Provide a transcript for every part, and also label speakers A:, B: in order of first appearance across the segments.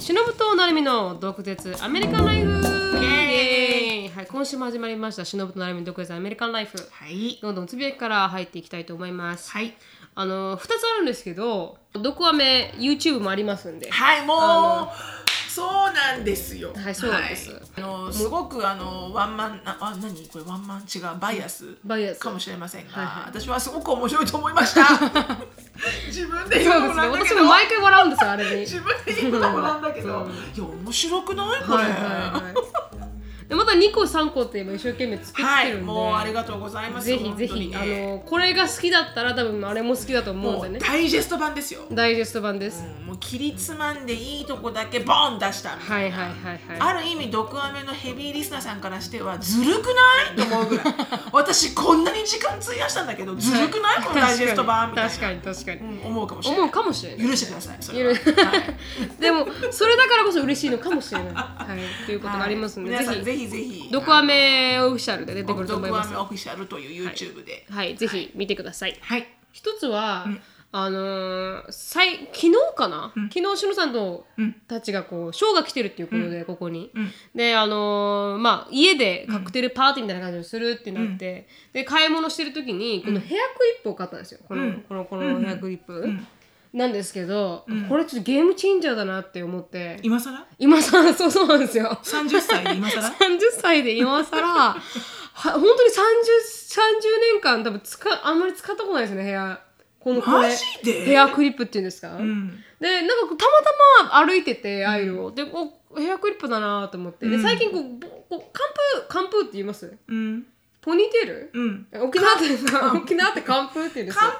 A: しのぶとなるみの毒舌アメリカンライフイ
B: イエ
A: エーイはい、今週も始まりましたしのぶとなるみの毒舌アメリカンライフ
B: はい。
A: どんどんつぶやきから入っていきたいと思います、
B: はい。
A: あの2つあるんですけど毒アメ YouTube もありますんで
B: はい、も
A: あ
B: う。そうなんですよ。
A: はいそうなんです
B: はいあの、すごく、あの、ワンマン、あ、あ何、これワンマン違う、バイアス。
A: バイアス
B: かもしれませんが、
A: はいはい
B: 私はすごく面白いと思いました。 自分で言
A: そううで
B: のも
A: すね
B: なんだけ
A: 私
B: ど。
A: も毎回笑うんですよあ れに
B: 自分で言うのもなんだけど、いや、面白くない、これ。
A: はいはいはいでまた2個3個って今一生懸命作っ
B: は
A: て
B: い、
A: るんで、
B: もうありがとうございます。
A: ぜひぜ
B: 本当に
A: ひ、
B: ね
A: あのこれが好きだったら多分あれも好きだと思うん
B: も
A: で
B: う
A: ね
B: ダイジェスト版ですよ。
A: ダイジェスト版です、
B: うんもう切りつまんでいいとこだけボン出したみたいな
A: はいはいはいはい
B: ある意味毒アメのヘビーリスナーさんからしてはずるくないと思うぐらい私こんなに時間費やしたんだけどずるくないこのダイジェスト版みたいな
A: 確かに確かに確か
B: うん思うかもし
A: に
B: れ
A: 思
B: な
A: う
B: い
A: かもしれない
B: 許してくださいそれは、
A: 許
B: はい
A: でもそれだからこそ嬉しいのかもしれないはいということがありますので、
B: はい皆さん
A: ぜ
B: ぜひぜひ
A: ひドクアメオフィシャルで出てくると
B: 毒
A: 思いま
B: ア
A: す
B: メオフィシャルという YouTube で
A: はいぜひ見てください
B: はい
A: 一つは、
B: うん
A: あのー、最昨日かな、
B: うん
A: 昨日しのさんと
B: うん
A: たちがこうショーが来てるっていうことで、ここに
B: うん
A: であのーまあ家でカクテルパーティーみたいな感じをするってなって、で買い物してる時にこのヘアクリップを買ったんですよこの,、
B: うん
A: このこのヘアクリップ、
B: ん
A: なんですけど、
B: うん
A: これちょっとゲームチェンジャーだなって思って
B: 今更
A: 今さそうそうなんですよ
B: ?30 歳で今更
A: 30歳で今更は本当に 30, 30年間多分使あんまり使ったことないですねヘアこのこ
B: マ
A: れ
B: ジで
A: ヘアクリップっていうんですか、
B: うん
A: でなんかこうたまたま歩いててアイルを、でこうヘアクリップだなと思って、
B: う
A: で
B: ん
A: 最近こうぼこう寒風寒風って言います
B: うん
A: ポニーテール
B: うん
A: 沖縄って沖縄って寒風って言うんですよ
B: 寒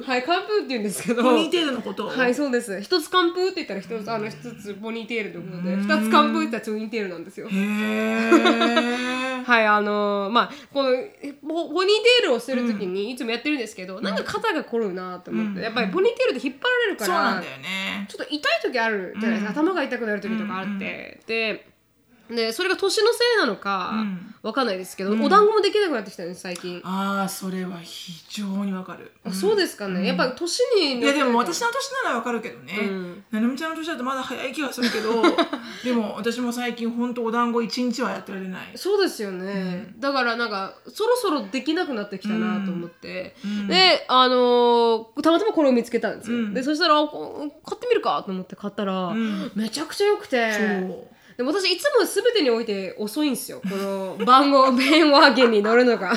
B: 風
A: はい寒風って言うんですけど
B: ポニーテールのことを
A: はいそうです一つ寒風って言ったら一つあの一つポニーテールということで
B: うん
A: 二つ寒風って言ったらポニーテールなんですよ
B: へー
A: はいあのーまあこのポポニーテールをするときにいつもやってるんですけど、なんか肩が凝るなと思って、
B: うん
A: やっぱりポニーテールで引っ張られるか
B: そ
A: ら
B: うなんだよね
A: ちょっと痛い時あるじゃないですか、
B: うん
A: 頭が痛くなる時とかあって、
B: うんうん
A: ででそれが年のせいなのか、
B: うん
A: わかんないですけど、
B: うん
A: お団子もできなくなってきたんです最近、
B: ああそれは非常にわかる
A: あそうですすかね、やっぱり年に
B: いやでも私の年ならわかるけどね、
A: うん
B: なるみちゃんの年だとまだ早い気がする けどでも私も最近ほんとお団子一日はやってられない、
A: そうですよね、だからなんかそろそろできなくなってきたなと思って、
B: うん
A: であのーたまたまこれを見つけたんですよ、
B: うん
A: でそしたらあこ買ってみるかと思って買ったら、
B: うん
A: めちゃくちゃ良くて
B: そう
A: でも私いつも全てにおいて遅いんですよこの番号弁話源に乗るのが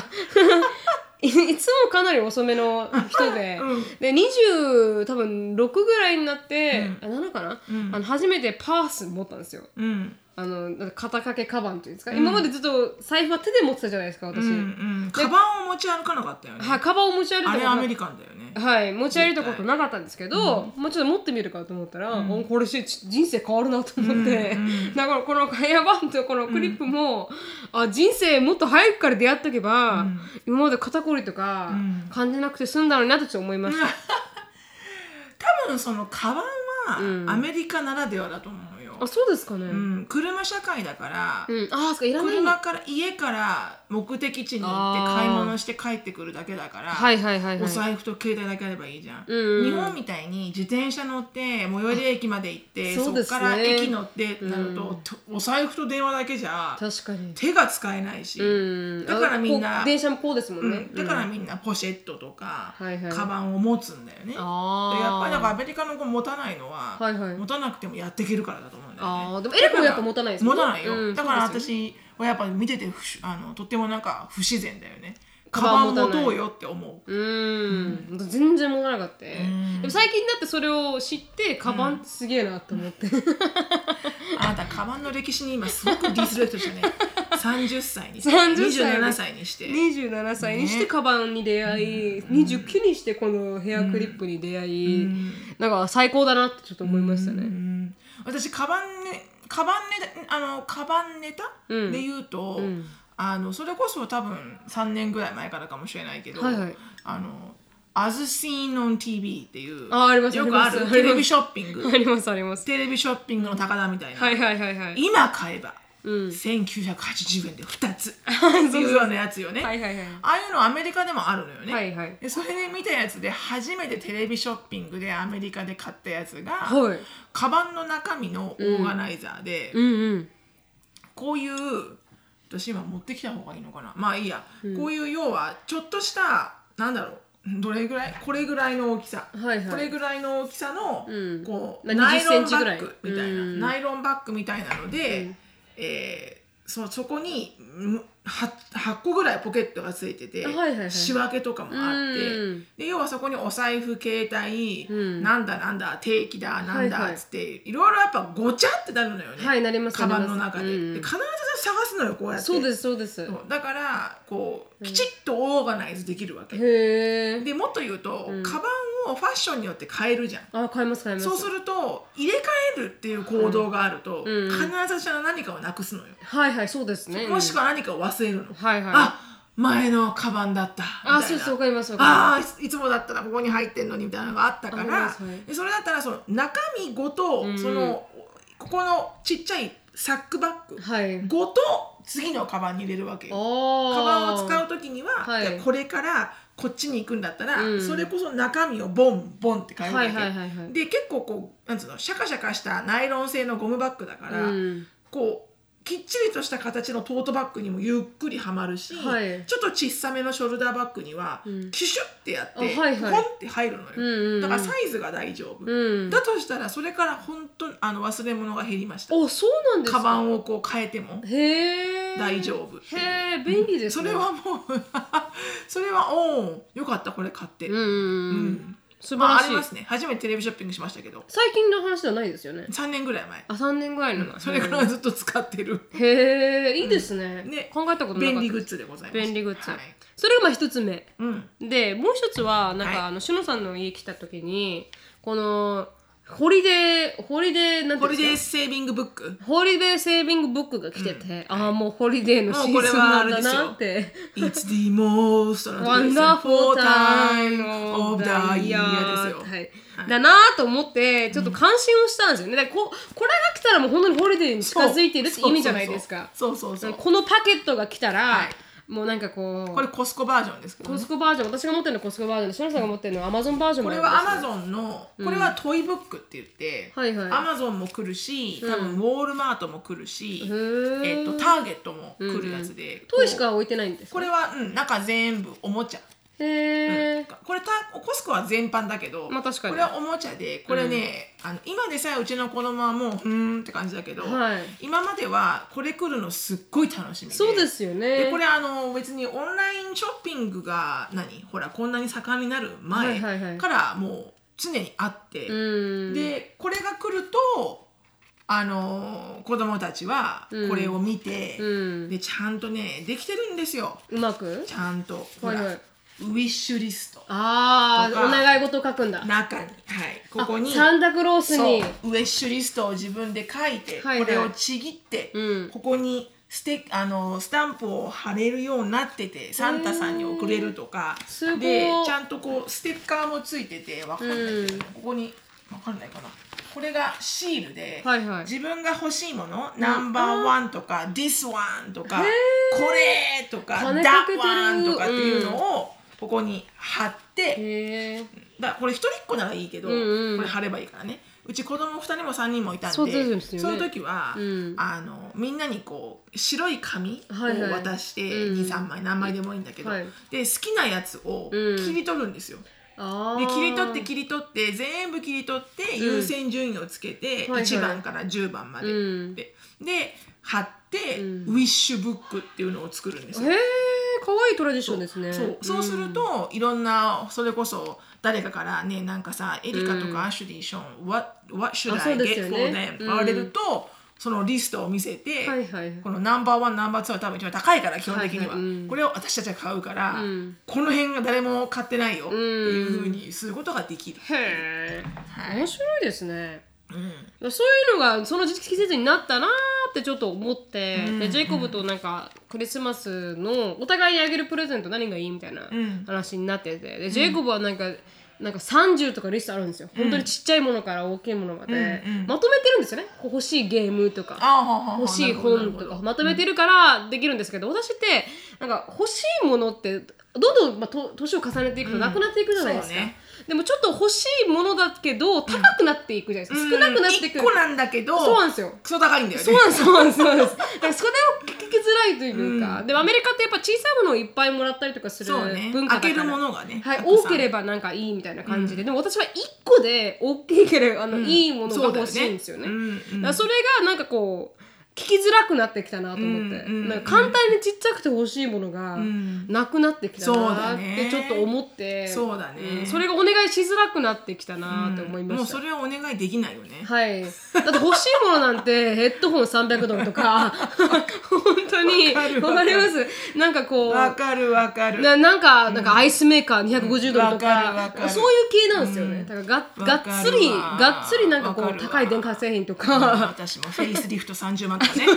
A: いいつもかなり遅めの人で、
B: うん
A: で20多分6ぐらいになって、あ7かな、
B: うん
A: あの初めてパース持ったんですよ
B: うん
A: あのなんか肩掛けカバンっていうんですか、
B: うん
A: 今までずっと財布は手で持ってたじゃないですか
B: う
A: 私、
B: んうんカバンを持ち歩かなかったよね
A: はいカバンを持ち歩いたこ
B: あ
A: と
B: れ
A: な
B: アメリカンだよね
A: はい持ち歩いたことなかったんですけど、もうちょっと持ってみるかと思ったら、おこれし人生変わるなと思って、
B: うんうん
A: だからこのヘアバンドこのクリップも、あ人生もっと早くから出会っとけば、
B: うん
A: 今まで肩こりとか
B: うん
A: 感じなくて済んだのになとちょっと思いました、
B: 多分そのカバン
A: うん
B: はアメリカならではだと思うよ、
A: あそうですかね、う
B: うんん、車社会だから、
A: ああそうかいらないん
B: 車
A: だ
B: から家から目的地に行って買い物して帰ってくるだけだから、
A: はいはいはい
B: お
A: はい
B: 財布と携帯だけあればいいじゃん、
A: うんうんうん
B: 日本みたいに自転車乗って最寄り駅まで行って
A: あ
B: そ
A: そう
B: こ、
A: ですね
B: から駅乗ってってなると、
A: うん
B: とお財布と電話だけじゃ
A: 確かに
B: 手が使えないし、
A: うん
B: だからみんな
A: あこう電車もこうですも
B: うん
A: ね、
B: んだからみんなポシェットとか、
A: はいはい
B: カバンを持つんだよね。でやっ
A: あー
B: ぱりなんかアメリカの子持たないのは、
A: はいはい
B: 持たなくてもやっていけるからだと思うんだよね。
A: あーでもエレコもやっぱ持たないですも
B: 持
A: んね
B: たないよ、
A: うん
B: だから
A: そうで
B: 私はやっぱ見てて不思あのとってもなんか不自然だよね。
A: カ
B: カ
A: バ
B: バ
A: ン持
B: ン
A: たない
B: 持とうよって思う。
A: うーん全然持たなかった、
B: ん
A: でも最近になってそれを知ってカバンってすげえなと思って、
B: あなたカバンの歴史に今すごくディスレクトしたね 30歳にして
A: 30歳
B: 27歳にして
A: 27歳にしてカバンに出会い、29にしてこのヘアクリップに出会い、なんか最高だなってちょっと思いましたね、
B: うん私カバンねカバンネタあのカバンネタ、
A: うん
B: で言うと、
A: ん
B: あのそれこそ多分3年ぐらい前からかもしれないけど、
A: はいはい
B: あの As Seen on TV っていう
A: ああります
B: よくあ
A: あり
B: る
A: ます
B: テレビショッピング
A: ありますあります
B: テレビショッピングの高田みたいな、
A: はいはいはいはい
B: 今買えば
A: ううん
B: 1980円で2つ
A: そう
B: っていうようなやつよね、
A: はいはいはい
B: ああいうのアメリカでもあるのよね、
A: はいはい
B: でそれで見たやつで初めてテレビショッピングでアメリカで買ったやつが、
A: はい
B: カバンの中身のオーガナイザーで、
A: うんうん
B: こういう私今持ってきた方がいいのかなまあいいや、こういう要はちょっとしたなんだろうどれぐらいこれぐらいの大きさ、
A: はいはい
B: これぐらいの大きさの、
A: うん
B: こう
A: まあ
B: ナイロ
A: 20
B: ンバ
A: センチぐらい
B: ッグみたいな、
A: うん
B: ナイロンバッグみたいなので、
A: うん
B: えーそそこに 8, 個ぐらいポケットがついてて、
A: あはいはいはい
B: 仕分けとかもあって。
A: うん
B: で要はそこにお財布携帯、
A: うん
B: なんだなんだ定期だなん
A: はい
B: だ
A: はい
B: っつって、いろいろやっぱごちゃってなるのよね、
A: はいなります
B: カバンの中で,、
A: なり
B: で
A: ま
B: 必ず探すのよこうやって
A: すうんそうですそうです
B: そうだからこうきちっとオーガナイズできるわけ、
A: へえ
B: でもっと言うと、
A: うん
B: カバンをファッションによって変えるじゃん
A: あ買います買います
B: そうすると入れ替えるっていう行動があると、
A: うん
B: 必ずしも何かをなくすのよ、
A: はいはいそうですね
B: もしくは何かを忘れるの、
A: はいはい
B: あ前のカバンだったみたいな
A: あそうそうわかりますわかります
B: あーいいつもだったらここに入ってんのにみたいなのがあったか
A: あ
B: ら
A: そうですね
B: でそれだったらその中身ごと、
A: うん
B: そのここのちっちゃいサックバッグ
A: はい
B: ごと次のカバンに入れるわけよ。カ
A: カ
B: バンを使う時には、
A: はい
B: いやこれからこっちに行くんだったら、
A: うん
B: それこそ中身をボンボンって変えるわけ、
A: はいはいはいはい
B: で結構こうなんつうのシャカシャカしたナイロン製のゴムバッグだから、
A: うん
B: こうきっちりとした形のトートバッグにもゆっくりはまるし、
A: はい
B: ちょっと小さめのショルダーバッグには、
A: うん
B: キシュッてやって
A: あはいはい
B: ポンって入るのよ、
A: うんうんうん
B: だからサイズが大丈夫、
A: うん
B: だとしたらそれから本当にあの忘れ物が減りました
A: あそうなんです
B: カ
A: か
B: バンをこう変えても
A: へえ
B: 大丈夫っていう
A: へえ便利です
B: そ
A: ね
B: れはもう それはおおよかったこれ買って、
A: うんうんう
B: うんん
A: 素
B: ま
A: 晴
B: ああ
A: らし
B: り
A: い
B: ますね初めてテレビショッピングしましたけど
A: 最近の話ではないですよね
B: 3年ぐらい前
A: あ3年ぐらいの
B: それからずっと使ってる
A: へえいいですね
B: うんね
A: 考えたことなかった
B: 便利グッズでございます
A: 便利グッズ
B: はい
A: それがまあ一つ目
B: うん
A: でもう一つはなん
B: はい
A: かあのしのさんの家来た時にこのホリデーホリデーなんて
B: ホ
A: いうん
B: リ
A: ですか
B: デーセービングブック
A: ホリデーセービングブックが来てて、ああもうホリデーのシーズンなんだなって。
B: It's the most
A: Wonderful
B: wonderful
A: time
B: time
A: of
B: of
A: the
B: the
A: year
B: year ですよ。
A: はい
B: はい
A: だなーと思ってちょっと関心をしたんですよね。だからここれが来たらもう本当にホリデーに近づいてるって意味じゃないですか。
B: そうそうそう。そうそうそう
A: このパケットが来たら、
B: はい
A: もうなんかこう
B: これコスコバージョンですけど
A: コ
B: ね、
A: スコバージョン私が持ってるのコスコバージョンでしのさんが持ってるのはアマゾンバージョン
B: こ
A: なん
B: れ
A: ですよ
B: はアマゾンの、これはトイブックって言って、
A: はいはい
B: アマゾンも来るし、多分ウォールマートも来るし、
A: へー
B: えっとターゲットも来るやつで、
A: トイし
B: こ
A: か置いてないんです
B: うこれはうん中全部おもちゃ。
A: へえ、
B: これたコスコは全般だけど、
A: まあ確かに
B: これはおもちゃでこれね、あの今でさえうちの子供はもうふーんって感じだけど、
A: はい
B: 今まではこれ来るのすっごい楽しみで
A: そうですよね
B: でこれあの別にオンラインショッピングが何ほらこんなに盛んになる前
A: はいはいはい
B: からもう常にあって、
A: うん
B: でこれが来るとあの子供たちはこれを見て、
A: うん
B: でちゃんとねできてるんですよ
A: うまく
B: ちゃんとほ
A: はい
B: ら、
A: はい
B: ウィッシュリスト
A: あ
B: と
A: あ
B: か
A: お願い事を書くんだ
B: 中に、はい、ここに
A: あサンタクロースに
B: そうウエッシュリストを自分で書いて、
A: はいはい
B: これをちぎって、
A: うん
B: ここにステあのスタンプを貼れるようになっててサンタさんに送れるとか
A: すごい
B: でちゃんとこうステッカーもついててわかんないけど、
A: うん
B: ここにわかんないかなこれがシールで、
A: はいはい
B: 自分が欲しいもの、ナンバーワンとか「This one」とか
A: へー
B: 「これ」とか「
A: 金
B: That
A: かけてる
B: one」とかっていうのをここに貼って。
A: へえ
B: だからこれ一人っ子ならいいけど、
A: うんうん
B: これ貼ればいいからねうち子供2人も3人もいたんで
A: そうですよね
B: その時は、
A: うん
B: あのみんなにこう白い紙
A: はいはい
B: を渡して
A: うん
B: 23、枚何枚でもいいんだけど、
A: はい
B: で好きなやつを
A: うん
B: 切り取るんですよ。
A: ああ
B: で切り取って切り取って全部切り取って
A: うん
B: 優先順位をつけて、
A: はいはい
B: 1番から10番まで、
A: うん
B: でで貼って、
A: うん
B: ウィッシュブックっていうのを作るんですよ
A: へ。え可愛いトラディションですね
B: そうそうすると、いろんなそれこそ誰かからねなんかさエリカとかアシュリーション、what, what should
A: あそ
B: I
A: うですよ
B: get
A: ね
B: for them?、
A: うん
B: 言われるとそのリストを見せて、
A: はいはいはい
B: このナンバーワンナンバーツーは多分一番高いから基本的には、
A: はいはいうん
B: これを私たちが買うから、
A: うん
B: この辺が誰も買ってないよっていうふうにすることができる。
A: へえ面白いですね
B: うん
A: そういうのがその時期季節になったなーってちょっと思って、でジェイコブとなんかクリスマスのお互いにあげるプレゼント何がいいみたいな
B: うん
A: 話になっててでジェイコブはなんかなんか30とかリストあるんですよ本当にちっちゃいものから大きいものまで、
B: うんうん
A: まとめてるんですよねこう欲しいゲームとか
B: ああはあはあ
A: 欲しい
B: なる
A: 本
B: ほ
A: と
B: どなる
A: か
B: ほど
A: まとめてるからできるんですけど、私ってなんか欲しいものってどんどん、まあ、と年を重ねていくとなくなっていくじゃないですか、
B: うんそうね
A: でもちょっと欲しいものだけど高くなっていくじゃないですか、
B: うん
A: 少なくなっていく
B: 一個なんだけど
A: そうなんです よ
B: クソ高いんだよね
A: そうなんですそうなんですそうなんですだからそれを聞きづらいというか、でもアメリカってやっぱ小さいものをいっぱいもらったりとかする
B: そうね
A: 文化だ
B: 開
A: から、
B: けるものがね
A: はい
B: た、くさん
A: 多ければなんかいいみたいな感じで、でも私は1個で大きいければあの、いいものが欲しいんですよね。
B: そうだよねうんうん
A: だからそれがなんかこう聞きづらくなってきたなと思って、
B: うんうんうん
A: なんか簡単にちっちゃくて欲しいものが
B: うん
A: なくなってきた
B: そう
A: な
B: だ
A: ーっ
B: ね
A: てちょっと思って
B: そうだね
A: んそれがお願いしづらくなってきたなーって思いま
B: もう
A: した。
B: それはお願いできないよね
A: はい、だって欲しいものなんてヘッドホン300ドルとか本当に
B: わかる
A: わかりますなんかこう
B: わかるわかる
A: ななんか、なんかアイスメーカー250ドルと
B: うんわかるわ
A: か、
B: かる
A: そういう系なんですよね。
B: うん
A: だからがが
B: わ
A: っ
B: かるわ
A: つりがっつりなんかこ
B: わか
A: う
B: るわ
A: 高い電化製品と
B: うん
A: か。
B: 私もフェイスリフト30万と かね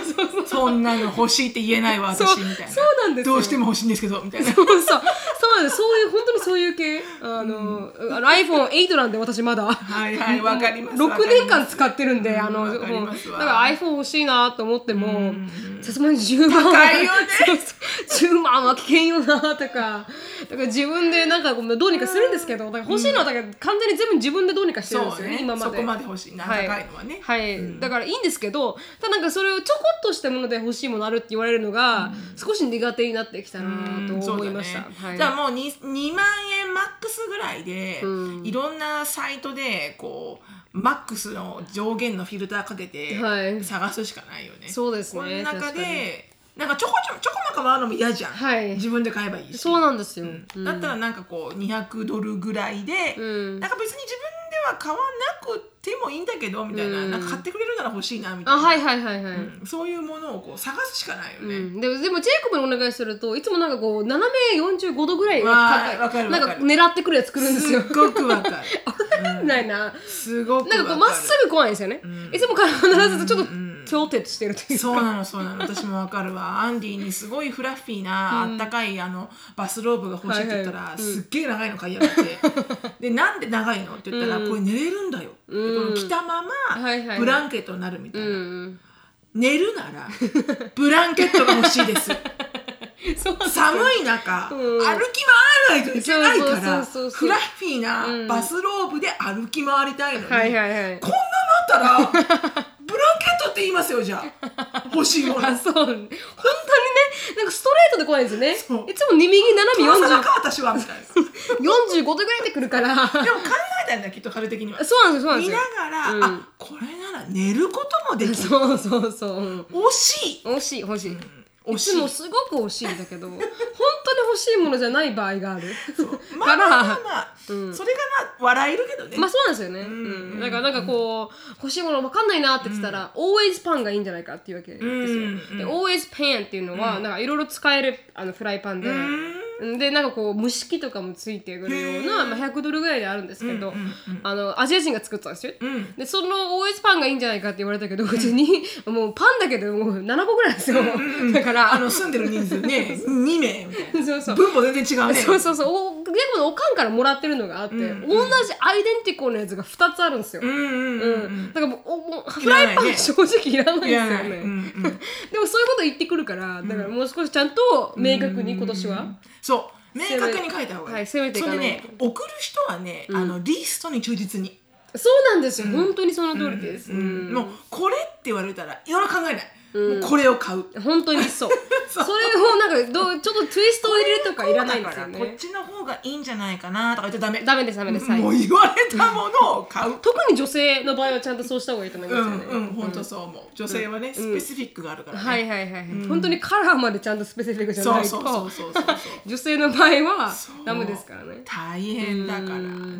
B: そんなの欲しいって言えないわ
A: そう
B: 私みたいな
A: そうなんですよ
B: どうしても欲しいんですけどみたいな
A: そうそうそうなんですそういう本当にそういう系あの、あの iPhone8 なんで私 まだ
B: はいはいわかります
A: 6年間使ってるんで、
B: うん
A: あの
B: わかり
A: もうだ
B: ま
A: か
B: すわ
A: ら iPhone 欲しいなと思っても
B: ん
A: さすがに10万
B: 高いよね
A: そうそう10万は危険よなとかだから自分でなんかこうどうにかするんですけどだから欲しいのはだから完全に全部自分でどうにかしてるんで
B: そ
A: す
B: う
A: よね
B: ね
A: 今ま
B: そ
A: で
B: こまで欲しいな
A: はい
B: 高いのはね
A: はい、だからいいんですけどただなんかそれをちょこっとしたもので欲しいものあるって言われるのが、少し苦手になってきたなと思いました、
B: そうだね
A: はい
B: じゃあもう 2, 2万円マックスぐらいで、
A: うん
B: いろんなサイトでこうマックスの上限のフィルターかけて
A: はい
B: 探すしかないよね。
A: そうですね
B: この中
A: 確かに
B: でなんかちょこちょこちょこまか回るのも嫌じゃん、
A: はい
B: 自分で買えばいいし
A: そうなんですよ、うん
B: だったらなんかこう200ドルぐらいで、
A: ん
B: なんか別に自分では買わなくてもいいんだけどみたいな,、
A: うん
B: なんか買ってくれるなら欲しいなみたい
A: あ
B: な、
A: はいはいはいはい、
B: うんそういうものをこう探すしかないよね。
A: うんでもでもジェイコブにお願いするといつもなんかこう斜め45度ぐらい
B: わー
A: 高い
B: わかる
A: な
B: わ
A: ん
B: かる
A: か狙ってくるやつ来るんです
B: す
A: よ
B: っご くわかる。
A: みたいな
B: すごくわか
A: な
B: る
A: んかこうまっすぐ怖いんですよね、いつもから必ずちょっと強敵してるというか、
B: そうなのそうなの私もわかるわアンディにすごいフラッフィーな、あったかいあのバスローブが欲しいって言ったら、
A: はいはい
B: すっげえ長いの買いやがってでなんで長いのって言ったら、これ寝れるんだよ、でこの着たまま、
A: はいはいはい
B: ブランケットになるみたいな、
A: うん
B: 寝るならブランケットが欲しいです
A: そう
B: 寒い中、
A: うん
B: 歩き回らないといけないか
A: そ
B: ら
A: うそうそうそう
B: フラッフィーなバスローブで歩き回りたいのに、
A: はいはいはい
B: こんなのあったらブランケットって言いますよじゃあ欲しいもの
A: あそう本当にねなんかストレートで怖いんですよね
B: そう
A: いつも右斜め
B: 今更
A: 40
B: か私はみたいな
A: 45度ぐらいで来るから
B: でも考えたんだきっと彼的には
A: そうなんですよそうなん
B: 見
A: です
B: な
A: よ
B: がら、
A: うん
B: あこれなら寝ることもできる
A: そうそうそう、うん
B: 惜しい
A: 欲しい欲しい、
B: 惜
A: い
B: し
A: つ
B: い
A: もすごく欲しいんだけど本当に欲しいものじゃない場合がある
B: ま
A: か
B: あま
A: ら
B: あまあまあ、それがまあ笑えるけどね、
A: まあそうなんですよね、うんだからなんかこう欲しいもの分かんないなって言ってたら、always pan がいいんじゃないかっていうわけですよ、
B: うん
A: で always pan っていうのは、なんかいろいろ使えるあのフライパンで、でなんかこう蒸し器とかもついてくるような、まあ、100ドルぐらいであるんですけど、あのアジア人が作ってたんですよ、
B: うん
A: でその OS パンがいいんじゃないかって言われたけどうちに もうパンだけでもう7個ぐらいなんですよ、だから
B: あの住んでる人数ね 2名みたいな
A: そうそう
B: 分母全然違うね
A: そうそうそうおでもおかんからもらってるのがあって、同じアイデンティコのやつが2つあるんですよ、
B: うんうんうん、
A: だからもうおもうフ
B: いらない
A: ラ
B: ね
A: イパン 正直いらないんで
B: い
A: すよ
B: やない、
A: ね、
B: うんうん、
A: でもそういうこと言ってくるからだからもう少しちゃんと明確に今年は、
B: そう明確に書いた方がいい、
A: はい攻めてい
B: そ
A: かな
B: れ
A: い
B: で
A: と
B: ね送る人はね、あのリストに忠実に
A: そうなんですよ、本当にその通りです、うん
B: もうこれって言われたらいろいろ考えない、もうこれを買う
A: 本当にそう
B: そう
A: それをなんかどうちょっとツイストを入れるとかいらないんですよ
B: こ
A: ね
B: っちの方がいいんじゃないかなとか言っちゃダメ
A: ダメですダメですはい
B: もう言われたものを買う
A: 特に女性の場合はちゃんとそうした方がいいと思います
B: う
A: よ
B: ん
A: ね、
B: うん本当そう思う女性はね、スペシフィックがあるからね、
A: はいはいはいはい、本当にカラーまでちゃんとスペシフィックじゃ
B: そ
A: な
B: う
A: いと
B: そうそうそうそうそう
A: 女性の場合は
B: そう
A: ダメですからね
B: 大変だから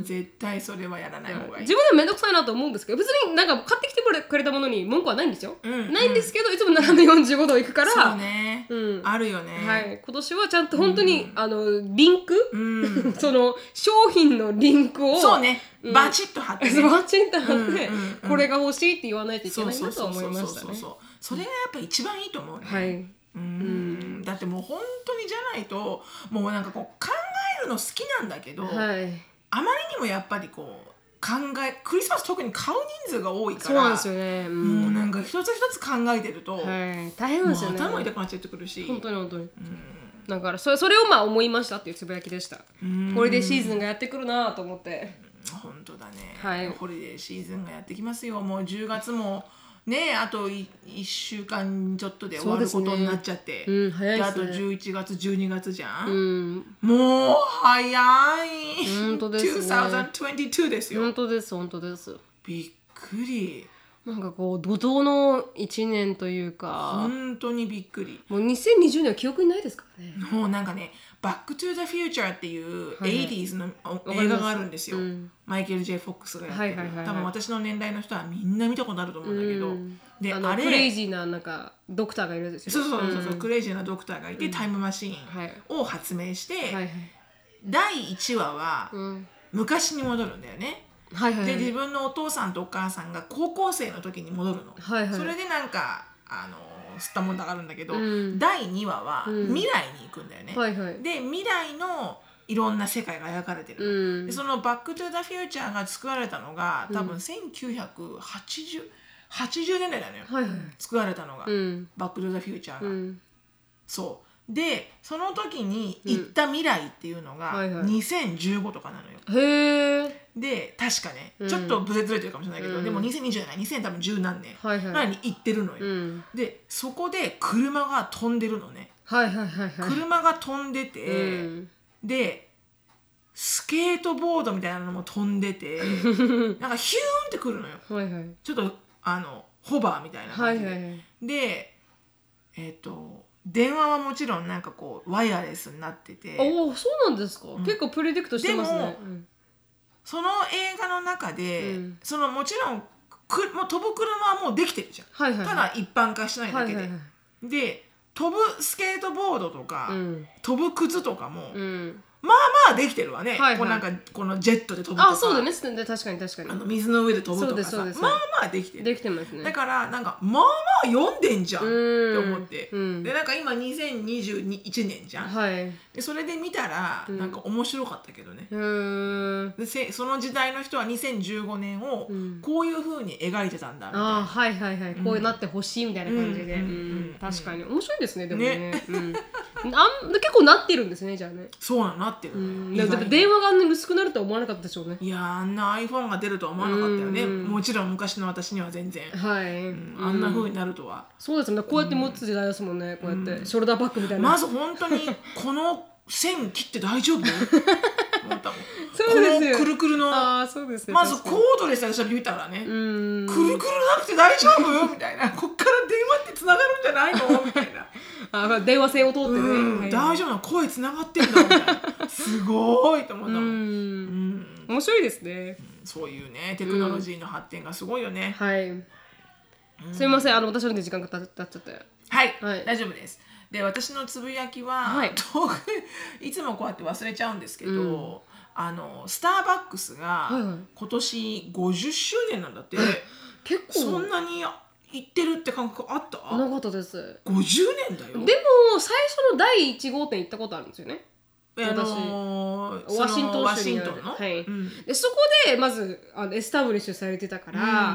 B: 絶対それはやらない方がいい
A: 自分でも面倒くさいなと思うんですけど別になんか買ってきてくれくれたものに文句はないんですよ、
B: ん
A: ないんですけどいつも斜め45度行くから、
B: そうね、
A: うん
B: あるよね、
A: はい、今年はちゃんと本当に、あのリンク、
B: う
A: その商品のリンクを
B: そうね、
A: うん
B: バチッと貼ってね
A: そうバチンと貼って、
B: うんうんうん
A: これが欲しいって言わないといけ
B: そう
A: ない
B: そ
A: な
B: う
A: と
B: そう
A: 思
B: そ
A: いうま
B: そう
A: した
B: そう
A: ね
B: そうそれがやっぱ一番いいと思うね、
A: はい、
B: うんだってもう本当にじゃないともうなんかこう考えるの好きなんだけど、
A: はい
B: あまりにもやっぱりこう考えクリスマス特に買う人数が多いから
A: そうなんですよね。う
B: もうなんんか一つ一つ考えてると、
A: はい、大変なん
B: もう
A: ですよね。
B: 頭痛くなっちゃってくるし
A: 本当に本当に。
B: う
A: だからそれそれをまあ思いましたっていうつぶやきでした。
B: ん
A: ホリデーシーズンがやってくるなと思って。
B: 本当だね、
A: はい
B: ホリデーシーズンがやってきますよもう10月もねあとい1週間ちょっとで終わることになっちゃって、
A: うん、早いで
B: であと
A: すね。
B: 11月12月じゃ、
A: うんん、
B: もう早い
A: 本当ですね
B: 2022ですよ、
A: 本当です本当です。
B: びっくり
A: なんかこう怒涛の一年というか、
B: 本当にびっくり
A: もう2020年は記憶にないですからね。
B: もうなんかね「バック・トゥ・ザ・フューチャー」っていう
A: はいはい
B: 80s のお
A: ります
B: 映画があるんですよ、
A: うん
B: マイケル・ J ・フォックスがやってる、
A: はいはいはいはい
B: 多分私の年代の人はみんな見たことあると思うんだけど、
A: うん
B: で
A: あの
B: あれ
A: クレイジーななんかドクターがいるんですよ。
B: そうそうそうそう、
A: ん
B: クレイジーなドクターがいて、タイムマシーン
A: はい
B: を発明して、
A: はいはい。
B: 第1話は
A: うん。
B: 昔に戻るんだよね、
A: はいはい。
B: で自分のお父さんとお母さんが高校生の時に戻るの、
A: はいはい
B: それでなんかあの吸ったもんだがあるんだけど、
A: うん
B: 第2話は
A: うん
B: 未来に行くんだよね、
A: はいはい。
B: で未来のいろんな世界が描かれてるの、
A: うん
B: で。その「バック・トゥ・ザ・フューチャー」が作られたのが多
A: う
B: 分
A: ん
B: 1980 80年代なのよ、
A: はいはい。
B: 作られたのが「
A: うん。
B: バック・トゥ・ザ・フューチャーが」
A: うん。
B: そうでその時に行った未来っていうのが
A: うんはいはい
B: 2015とかなのよ、
A: へえ。
B: で確かね
A: うん
B: ちょっとブレずれてるかもしれないけど、
A: うん
B: でも2020年2000多分10何年
A: はいは。
B: ないに行ってるのよ、
A: うん。
B: でそこで車が飛んでるのね
A: はいはいはいはい。
B: 車が飛んでて、
A: うん
B: でスケートボードみたいなのも飛んで てなんかヒューンってくるのよ
A: はいはい。
B: ちょっとあのホバーみたいな
A: は
B: 感
A: い
B: じで、
A: はいはい。
B: でえっ、と電話はもちろんなんかこうワイヤレスになってて
A: おお、そうなんですか。結構プレディクトしてます
B: で
A: ね
B: も。その映画の中で、
A: うん
B: そのもちろんくもう飛ぶ車はもうできてるじゃん、
A: はいはい。
B: ただ一般化しないだ
A: は
B: け
A: い
B: で、
A: はいはい。
B: で飛ぶスケートボードとか、
A: うん。
B: 飛ぶ靴とかも、
A: うん。
B: まあまあできてるわね、
A: はいはい
B: こうなんかこのジェットで飛ぶとか
A: あ、そうだね。確かに確
B: あ
A: か
B: の水の上で飛ぶとか
A: そ
B: さ
A: うですそうです
B: まあまあできて
A: に。
B: る、
A: できてますね
B: だ。からなんかまあまあ読んでんじゃんっ
A: う
B: て
A: ん
B: 思って、
A: うん
B: でなんか今2021年じゃん、
A: はい。う
B: でそれで見たら
A: うん
B: なんか面白かったけどね、
A: ーん。
B: でせその時代の人は2015年を
A: うん
B: こういうふうに描いてたんだみたい
A: あー
B: な、
A: はいはいはい、こうなってほしいみたいな感じで、
B: う
A: うんん
B: うん
A: 確かに面白いですねでもねうん、あん結構なってるんですねじゃあね、
B: そうなのなってる
A: う
B: のよ、
A: ん、で
B: 意
A: もで
B: 外に
A: も電話があんなに薄くなるとは思わなかったでしょうね
B: いやーあんな iPhone が出るとは思わなかったよね、
A: うん
B: もちろん昔の私には全然、
A: はい、
B: うんあんなふうになるとは、
A: そうですねこうやって持つ時代ですもんね、こうやって、ショルダーバッグみたいな、
B: まず本当にこの線切って大丈夫思ったもん
A: そうですよ
B: このくるくるの
A: ああそうですね
B: まずコー
A: う
B: ドレスで私はビビったから
A: う
B: ね、
A: ん
B: くるくるなくて大丈夫みたいなこっから電話ってつながるんじゃないのみた いな、
A: あー電話線を通ってね、
B: うん、大
A: 夫
B: 丈夫なの声つながってんだみたいなすごいと思っ
A: う
B: たもん、うん
A: ん面白いですね
B: そういうねテクノロジーの発展がすごいよね、
A: はい、すみませんあの私ので時間がた経っちゃって
B: はい、
A: はい
B: 大丈夫ですで私のつぶやきは、
A: はい
B: 遠くいつもこうやって忘れちゃうんですけど、
A: うん
B: あのスターバックスが
A: はいはい
B: 今年50周年なんだって、
A: 結
B: そ
A: 構
B: んなに行ってるって感覚あった
A: なかったです
B: 50年だ
A: で
B: よ
A: も最初の第1号店行ったことあるんですよね
B: えあのー
A: 私ワシントン州にある
B: ワシントンの、
A: はい
B: うん
A: でそこでまずあのエスタブリッシュされてたから、な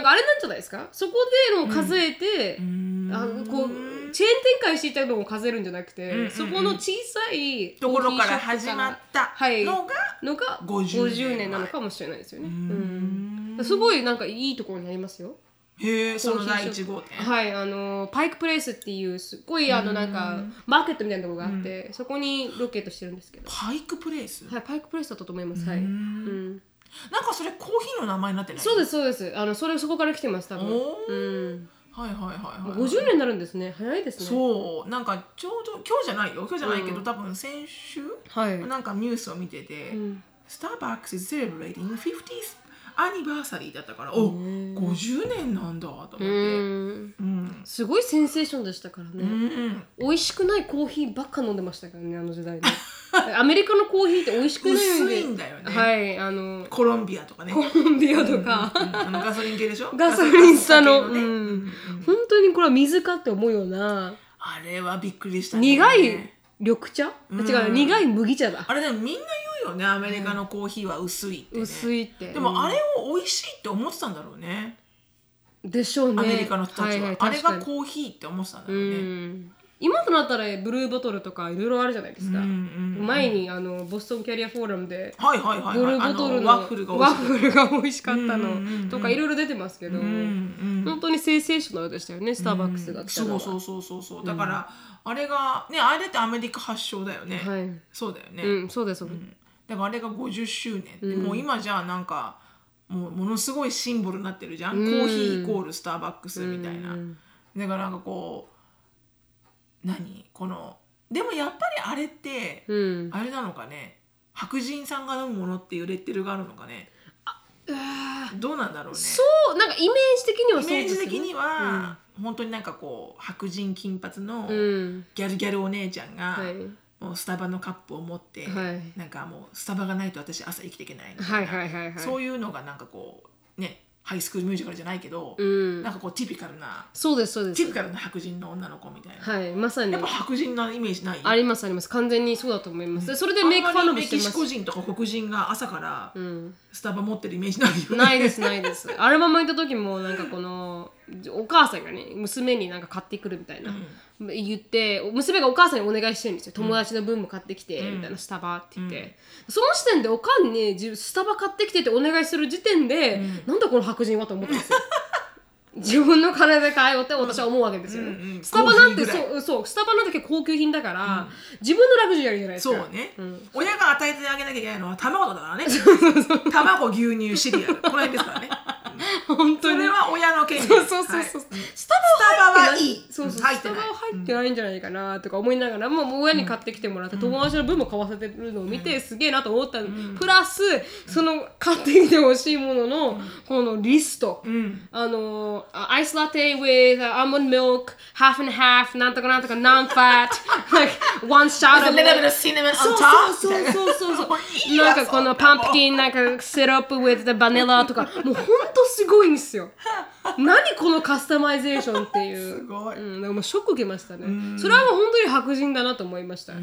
A: んかあれなんじゃないですかそこでの数えて、
B: うん
A: あのこうチェーン展開していたのを数えるんじゃなくて、
B: うんうんうん
A: そこの小さい
B: ところから
A: コーヒーシ
B: 始
A: ョップ
B: まった
A: はい
B: のが、
A: のが
B: 50
A: 50年なのかもしれないですよね。
B: う
A: うんんすごいなんかいいところにありますよ。
B: へえその第
A: コーヒーショ
B: 1
A: ップ
B: 号店、
A: はい、あのパイクプレイスっていうすっごいあのなんかマーケットみたいなとこがあって、そこにロケットしてるんですけど、
B: パイクプレイス、
A: はい、パイクプレイスだったと思います。はい。
B: う
A: うんん。
B: なんかそれコーヒーの名前になってない
A: そうですそうです。あのそれそこから来てます多分。
B: おー
A: うん。
B: はいはいはい
A: も
B: はい、
A: う50年になるんですね。早いですね。う。
B: そうなんかちょうど今日じゃないよ今日じゃないけど、
A: うん
B: 多分先週
A: はい。
B: なんかニュースを見てて、
A: うん
B: スターバックス is celebrating 50th anniversary だったからお50年なんだと思って、
A: う
B: うん
A: ん。
B: うん
A: すごいセンセーションでしたからね。美味しくないコーヒーばっか飲んでましたからねあの時代ね。 アメリカのコーヒーって美味しくないん
B: 薄
A: で。
B: い んだよね、
A: はい。あの
B: コロンビアとかね
A: コロンビアとか。
B: うんあのガソリン系でしょ
A: ガソリンスタの、
B: ガソ
A: う
B: リン系ね
A: ん、本当にこれは水かって思うような
B: あれはびっくりしたね
A: 苦い緑茶、
B: ん
A: 違う苦い麦茶だ
B: あれでもみんな言うよねアメリカのコーヒーは薄いって、ね
A: 薄いって
B: でもあれを美味しいって思ってたんだろうね
A: でしょうね
B: アメリカの人たちは、
A: いい
B: あれ
A: 確か
B: が
A: に
B: コーヒーって思ってたんだろ
A: う
B: うね、
A: ん今となったらブルーボトルとかいろいろあるじゃないですか、
B: うんうんうん
A: 前にあのボストンキャリアフォーラムで
B: はいはいはい、はい、
A: ブルーボトル
B: あ
A: の
B: ワッフルが美
A: ワッ
B: 味しい
A: フルが美味しかった
B: うんうんうんう
A: の
B: ん
A: とかいろいろ出てますけど、
B: うんうん
A: 本当にセンセーショナルでしたよねスターバックスが来たの
B: そ
A: は
B: うそうそうそうそうだから、あれがねあれってアメリカ発祥だよね、
A: はい、
B: そうだよね、
A: うんそうですそうです、
B: だからあれが50周年、もう今じゃあなんかもうものすごいシンボルになってるじゃん、
A: うん
B: コーヒーイコールスターバックスみたいな、
A: うん
B: だからなんかこう何このでもやっぱりあれって、
A: うん
B: あれなのかね白人さんが飲むものっていうレッテルがあるのかねどうなんだろうね
A: そうなんかイメージ的には
B: イ
A: そう
B: メ
A: で
B: ー
A: す
B: ジ
A: よね
B: 的には、本当になんかこう白人金髪の
A: うん
B: ギャルギャルお姉ちゃんが、
A: はい
B: もうスタバのカップを持って、
A: はい
B: なんかもうスタバがないと私朝生きていけないみたいな
A: はいはいはいはい
B: そういうのがなんかこうねハイスクールミュージカルじゃないけど、
A: うん
B: なんかこうティピカルな
A: そうですそうで
B: ティ
A: す
B: ピカルな白人の女の子みたいな、
A: はいまさに
B: やっぱ白人のイメージない
A: ありますあります完全にそうだと思いますでそれでメイクファンロ
B: あんま
A: ブ
B: り
A: し
B: メ
A: て
B: キ
A: ま
B: シ
A: す
B: コ人とか黒人が朝から
A: うん
B: スタバ持ってるイメージないよね
A: ないですないですアルバム行った時もなんかこのお母さんがね娘になんか買ってくるみたいな、言って娘がお母さんにお願いしてるんですよ友達の分も買ってきて、みたいなスタバって言って、その時点でおかんに自分スタバ買ってきてってお願いする時点で、なんだこの白人はと思ったん ですよ自分の金で買えよって私は思うわけですよ、ね
B: うんうん
A: スタバなんて
B: 高級ぐ
A: そうそうスタバなんて結構高級品だから、自分のラグジュアリーじゃないです
B: そう
A: か
B: ね、
A: ん
B: 親が与えてあげなきゃいけないのは卵だ からね卵牛乳シリアルこの辺ですからね
A: 本
B: そ
A: 当に
B: れは親の権利
A: そうそうそうそう、
B: はい
A: スタバは入ってない
B: スタバはいい
A: そうそう
B: 入っ
A: ス
B: て
A: タ
B: ない
A: バは入ってないんじゃないかなとか思いながらもうもう親に買ってきてもらって、友達の分も買わせてるのを見て、すげえなと思ったの、プラスその買ってきてほしいものの、このリスト、
B: うん
A: あのアイスラテ with almond milk half and half なんとかなんとか non fat like one shot of milk
B: cinnamon
A: そうそうそうそうそう そうなんかこのパンプキンなんかシロップ with the vanilla とかもうほんとすごいんです よ何このカスタマイゼーションっていう
B: すごい
A: うん、でももうショック受けましたねそれはもう本当に白人だなと思いました
B: う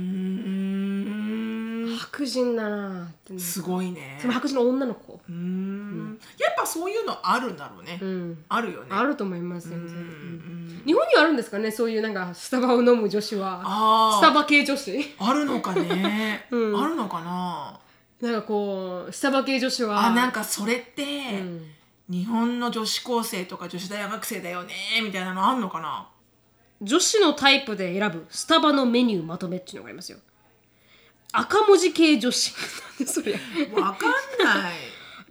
B: ーん
A: 白人だなってね
B: すごいね
A: その白人の女の子
B: うーんやっぱそういうのあるんだろうね、
A: うん
B: あるよね
A: あると思いますよ、全然うん日本にはあるんですかねそういうなんかスタバを飲む女子は
B: あ
A: ス
B: ー
A: タバ系女子
B: あるの かね、あるのかな
A: なんかこうスタバ系女子は
B: あなんかそれって、
A: うん
B: 日本の女子高生とか女子大学生だよねみたいなのあんのかな
A: 女子のタイプで選ぶスタバのメニューまとめっていうのがありますよ赤文字系女子なんでそれ
B: わかんない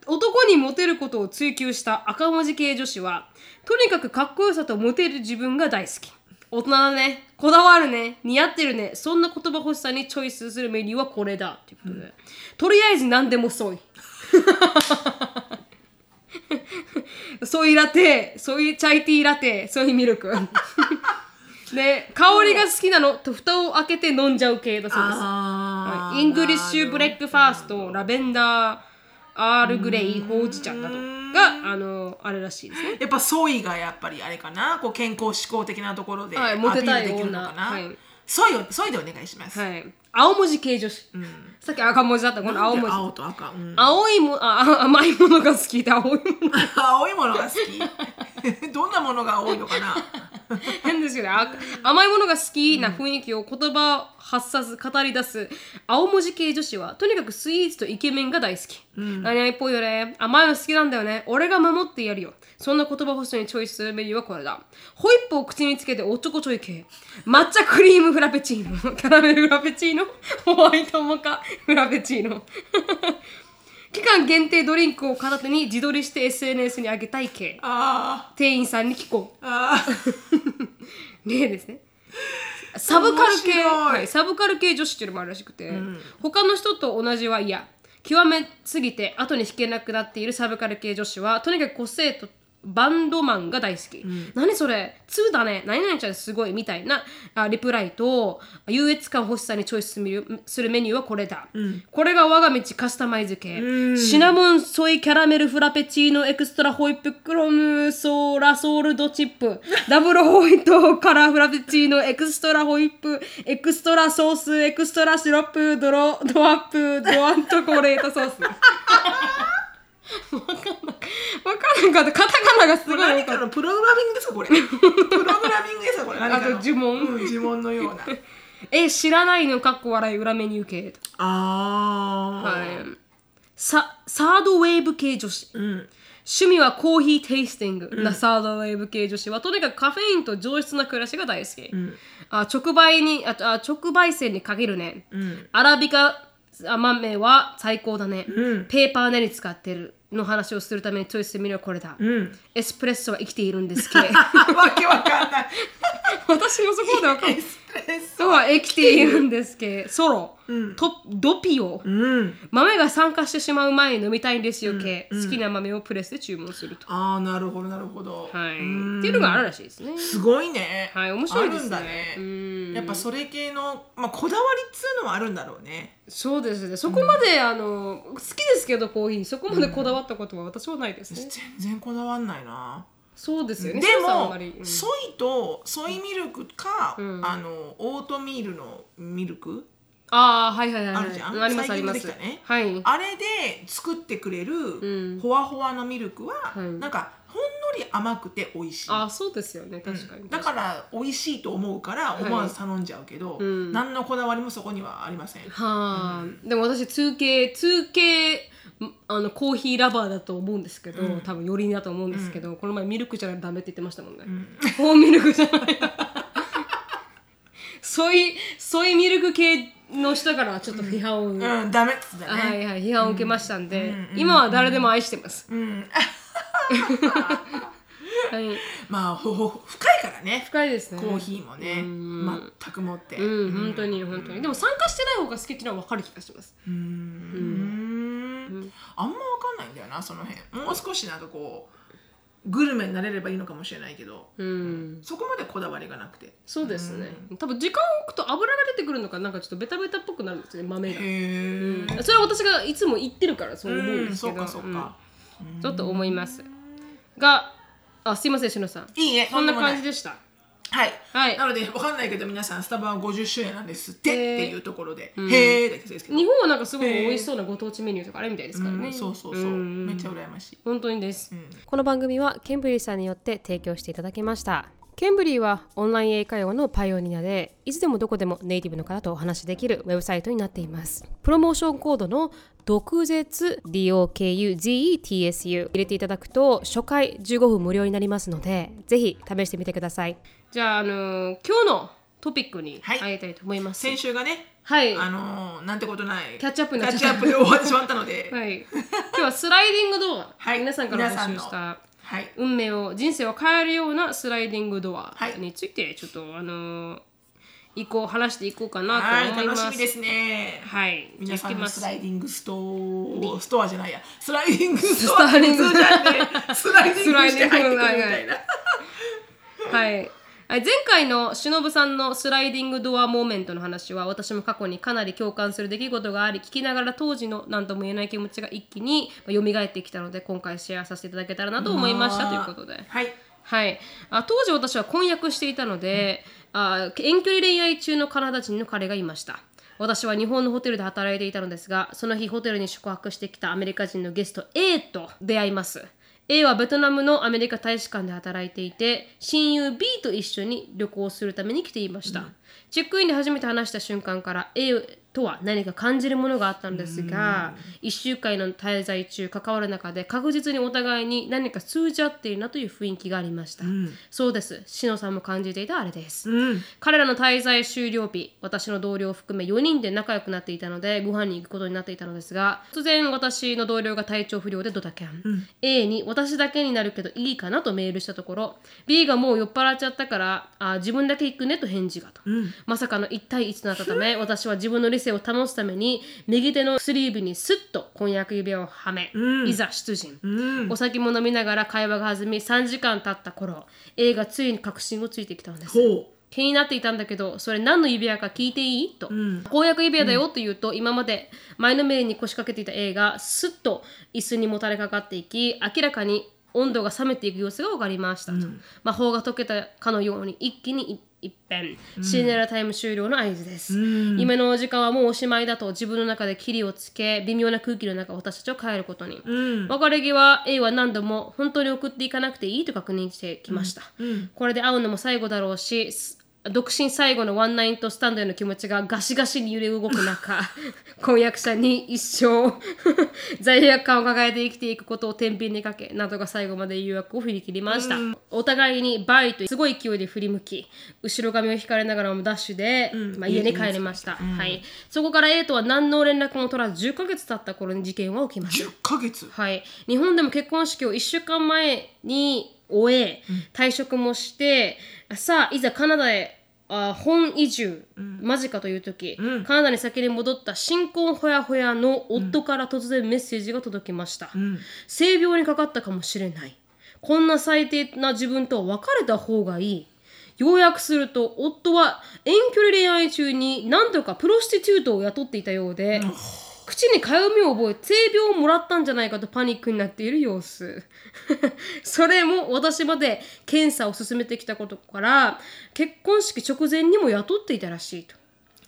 A: 男にモテることを追求した赤文字系女子はとにかくかっこよさとモテる自分が大好き大人だねこだわるね似合ってるねそんな言葉欲しさにチョイスするメニューはこれだっていうことで、とりあえず何でも ソイソイラテソイチャイティーラテソイミル クで香りが好きなのと蓋を開けて飲んじゃう系だそうです
B: あ
A: イングリッシュブレックファーストラベンダーアールグレイほうじ茶などがあのあれらしいですね。
B: やっぱソイがやっぱりあれかなこう健康志向的なところで
A: はい
B: アピ
A: モテた
B: ー
A: い
B: ルできるのか
A: 女
B: な、
A: はい
B: ソイをソイでお願いします、
A: はい、青文字系女子、さっき赤文字だったこの青文字
B: 青と赤、うん、
A: 青いもああ甘いものが好きで青いもの
B: 青いものが好き どんなものが多いのかな
A: 変ですよねあ甘いものが好きな雰囲気を言葉を発さず語り出す青文字系女子はとにかくスイーツとイケメンが大好き、何々っぽいよね甘いの好きなんだよね俺が守ってやるよそんな言葉欲しさにチョイスするメニューはこれだホイップを口につけておっちょこちょい系抹茶クリームフラペチーノキャ ラメルフラペチーノホワイトモカ フラペチーノ 期間限定ドリンクを片手に自撮りして SNS に上げたい系
B: あー
A: 店員さんに聞こう
B: あー
A: 例ですね。サブカル系、
B: 面白い
A: はい、サブカル系女子っていうのもあるらしくて、他の人と同じは嫌極めすぎて後に引けなくなっているサブカル系女子はとにかく個性とバンドマンが大好き、何それ2だね何々ちゃんすごいみたいなあリプライと優越感欲しさにチョイスするするメニューはこれだ、これが我が道カスタマイズ系、シナモンソイキャラメルフラペチーノエクストラホイップクロムソーラソールドチップ ダブルホイットカラーフラペチーノエクストラホイップエクストラソースエクストラシロップドロドアップドアントコレートソースわかんなかった。カタカナがすごい多
B: 何
A: かっ
B: かのプログラミングで すよこれプログラミングですよこれ何かの
A: あと呪文
B: うん、呪文のよ うな
A: た。え、知らないのかっこ笑い裏メニュー系と。
B: あー、
A: はい。ササードウェーブ系女子。
B: うん
A: 趣味はコーヒーテイスティングなサードウェーブ系女子は、とにかくカフェインと上質な暮らしが大好き。
B: ん
A: あ直売にああ、直売線に限るね。
B: うん
A: アラビカ豆は最高だね。
B: うん
A: ペーパーネリ使ってるの話をするためにチョイスしてみるのはこれだ。
B: うん
A: エスプレッソは生きているんです け
B: わけわかんない
A: 私もそこまでわかんない
B: エ。スプレッソ
A: そうは生きているんですけど、ソロ、
B: うん
A: トドピオ、
B: うん
A: 豆が酸化してしまう前に飲みたいんですよ系、好きな豆をプレスで注文すると。
B: ああなるほどなるほど
A: はい、
B: うん
A: っていうのがあるらしいですね。
B: すごいね
A: はい、面白いで
B: ある
A: す
B: ん
A: ね。
B: だね
A: うん
B: やっぱそれ系の、まあ、こだわりっつうのはあるんだろうね
A: そうですね。そこまで、あの好きですけどコーヒーにそこまでこだわったことは私はないですね。
B: 全然こだわんないな
A: そうです
B: で
A: よね。翔さんはあ
B: も
A: まりうん
B: ソイとソイミルクか、
A: うん
B: あのオートミールのミルク
A: ああはいはいはいはい。
B: あるじゃん
A: ありますあり
B: 最近
A: ま
B: 出て
A: す。
B: きたね
A: はい。
B: あれで作ってくれ
A: う
B: る
A: ん
B: ほわほわのミルクは、
A: はい
B: なんかほんのり甘くて美味しい
A: あそうですよね確かに。
B: だから美味しいと思うから
A: い
B: 思わず頼んじゃうけど、
A: うん
B: 何のこだわりもそこにはありません、
A: はあ、でも私 2K, 2K あのコーヒーラバーだと思うんですけど、多分よりだと思うんですけど、この前ミルクじゃないとダメって言ってましたもんね、ホームミルクじゃない ソイソイミルク系の人からはちょっと批判を、
B: うん、ダメっつってたね、
A: はいはい批判を受けましたんで、
B: うんうん
A: 今は誰でも愛してます、
B: うん、
A: はい
B: まあほほ深いからね
A: 深いですね
B: コーヒーも
A: う
B: ね
A: ん
B: 全くもって
A: う
B: うん
A: 本当に本当にでも参加してない方が好きっていうのは分かる気がします
B: ーんあんま分かんないんだよなその辺もう少しなんかこうグルメになれればいいのかもしれないけど
A: うん
B: そこまでこだわりがなくて
A: そうですね、多分時間を置くと油が出てくるのかなんかちょっとベタベタっぽくなるんですよね豆が、
B: へえ
A: それは私がいつも言ってるからそう思うんです
B: そ
A: け
B: う
A: ど、
B: かそうか
A: うんちょっと思いますがあすいませんしのさん
B: いいね
A: そんな感じ
B: で
A: でした
B: はい
A: はい
B: なので分かんないけど皆さんスタバは50周年なんですってっ
A: へー
B: ていうところでへえだけですけど
A: 日本はなんかすごい美味しそうなご当地メニューとかあるみたいですからね、
B: うんそうそうそう
A: うん
B: めっちゃ羨ましい
A: 本当にです、
B: ん
A: この番組はケンブリーさんによって提供していただきましたケンブリーはオンライン英会話のパイオニアでいつでもどこでもネイティブの方とお話しできるウェブサイトになっていますプロモーションコードの毒舌 DOKUZETSU 入れていただくと初回15分無料になりますのでぜひ試してみてくださいじゃあ、あのー今日のトピックに
B: はい
A: 入りたいと思います
B: 先週がね
A: はい、
B: あのーなんてことない
A: キャッチアップに
B: キ
A: なっ
B: ャッ
A: ち
B: チ
A: ゃ
B: ア
A: った
B: ップで終わってしまったので
A: はい、今日はスライディング動画、
B: はい
A: 皆さんから募集
B: 皆
A: し
B: さん
A: た
B: はい
A: 運命を人生を変えるようなスライディングドア
B: はい
A: についてちょっと、あのー以降話していこうかな
B: は
A: と
B: い
A: 思いま
B: 楽
A: す。
B: しみですね
A: はい、
B: 皆さんのスラ
A: イ
B: イディングストストアじゃないやスライディングス
A: ス
B: トア
A: ライディング
B: 普通じゃねえスライディングして入っ
A: スライ
B: てくるみ
A: デ
B: た
A: ィン
B: いな
A: はい。はい前回のしのぶさんのスライディングドアモーメントの話は私も過去にかなり共感する出来事があり聞きながら当時の何とも言えない気持ちが一気に蘇ってきたので今回シェアさせていただけたらなと思いましたということで。
B: はい
A: はい、あ当時私は婚約していたので、あ遠距離恋愛中のカナダ人の彼がいました私は日本のホテルで働いていたのですがその日ホテルに宿泊してきたアメリカ人のゲスト A と出会います A はベトナムのアメリカ大使館で働いていて親友 B と一緒に旅行するために来ていました、チェックインで初めて話した瞬間から A とは何か感じるものがあったのですが1週間の滞在中関わる中で確実にお互いに何か通じ合っているなという雰囲気がありました、そうです志乃さんも感じていたあれです、
B: うん
A: 彼らの滞在終了日私の同僚を含め4人で仲良くなっていたのでご飯に行くことになっていたのですが突然私の同僚が体調不良でドタキャン、A に私だけになるけどいいかなとメールしたところ B がもう酔っ払っちゃったからあ自分だけ行くねと返事がと、まさかの1対1となったため私は自分のリ性を保つために右手の薬指にスッと婚約指輪をはめ、
B: うん
A: いざ出陣、
B: うん
A: お酒も飲みながら会話が弾み3時間経った頃 A がついに確信をついてきたんです
B: ほ
A: 気になっていたんだけどそれ何の指輪か聞いていいと、
B: ん
A: 公約指輪だよと言うと、今まで前のめりに腰掛けていた A がスッと椅子にもたれかかっていき明らかに温度が冷めていく様子が分かりましたと、魔法が解けたかのように一気にい一変シンデレラタイム終了の合図です、夢のお時間はもうおしまいだと自分の中でキリをつけ微妙な空気の中私たちを変えることに、
B: ううん
A: 別れ際 A は何度も本当に送っていかなくていいと確認してきました、
B: うん
A: これで会うのも最後だろうしす独身最後のワンナインとスタンドへの気持ちがガシガシに揺れ動く 中婚約者に一生 罪悪感を抱えて生きていくことを天秤にかけなどが最後まで誘惑を振り切りました、お互いにバイとすごい勢いで振り向き後ろ髪を引かれながらもダッシュで、
B: ん
A: まあ、家に帰りました、はい、そこから A とは何の連絡も取らず10ヶ月経った頃に事件は起きました
B: 10ヶ月
A: はい、日本でも結婚式を1週間前に終え退職もして、さあいざカナダへあ本移住、間近という時、
B: うん
A: カナダに先に戻った新婚ほやほやの夫から突然メッセージが届きました、
B: うん
A: 性病にかかったかもしれないこんな最低な自分とは別れた方がいい要約すると夫は遠距離恋愛中に何とかプロスティチュートを雇っていたようで、口にかゆみを覚え性病をもらったんじゃないかとパニックになっている様子 それも私まで検査を進めてきたことから結婚式直前にも雇っていたらしいと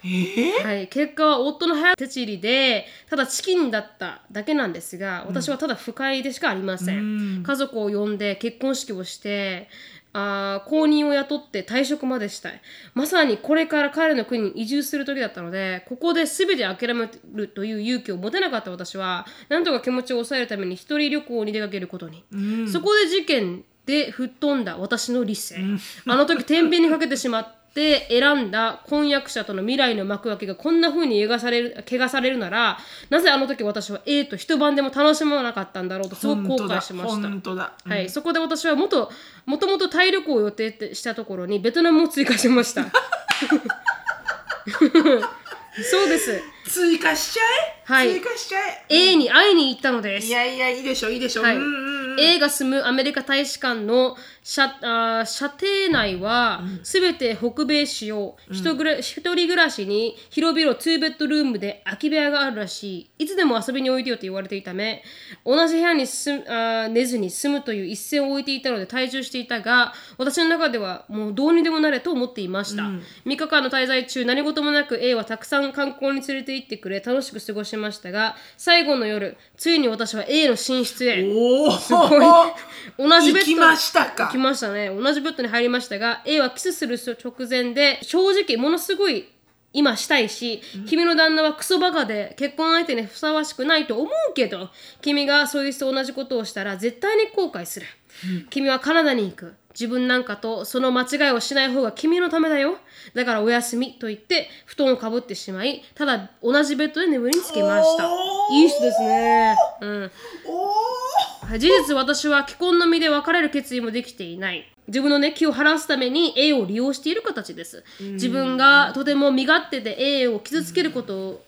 B: ええ
A: はい、結果は夫の早手ちりでただチキンだっただけなんですが私はただ不快でしかありません、
B: うん
A: 家族を呼んで結婚式をしてあー後任を雇って退職までしたいまさにこれから彼の国に移住する時だったのでここで全て諦めるという勇気を持てなかった私はなんとか気持ちを抑えるために一人旅行に出かけることに
B: うん
A: そこで事件で吹っ飛んだ私の理性。あの時天秤にかけてしまって 選んだ婚約者との未来の幕開けがこんな風に汚される怪我されるならなぜあの時私は A と一晩でも楽しまなかったんだろうとすごく後悔しました。
B: 本当だ本当だ
A: はい、そこで私は元もともとタイ旅行を予定したところにベトナムを追加しま した。 そうです。
B: 追加しちゃえ、
A: はい
B: 追加しちゃえ
A: A に会いに行ったのです
B: い。やいやいいでしょいいでしょ、
A: はい
B: うんうんうん
A: A が住むアメリカ大使館の社あー射程内は全て北米仕様、人ぐら一人暮らしに広々2ベッドルームで空き部屋があるらしいいつでも遊びにおいでよと言われていたため同じ部屋に住むあー寝ずに住むという一線を置いていたので退住していたが私の中ではもうどうにでもなれと思っていました、3日間の滞在中何事もなく A はたくさん観光に連れて行ってくれ楽しく過ごしましたが最後の夜ついに私は A の寝室へ
B: おお
A: ごい同じベッド
B: 行きましたか
A: 行きましたね同じベッドに入りましたが A はキスする直前で正直ものすごい今したいし、君の旦那はクソバカで結婚相手にふさわしくないと思うけど君がそういう人と同じことをしたら絶対に後悔する、君はカナダに行く自分なんかとその間違いをしない方が君のためだよだからおやすみと言って布団をかぶってしまいただ同じベッドで眠りにつきました
B: おー
A: いい人ですねうん
B: お
A: はい事実私は既婚の身で別れる決意もできていない自分のね気を晴らすために A を利用している形です自分がとても身勝手で A を傷つけることを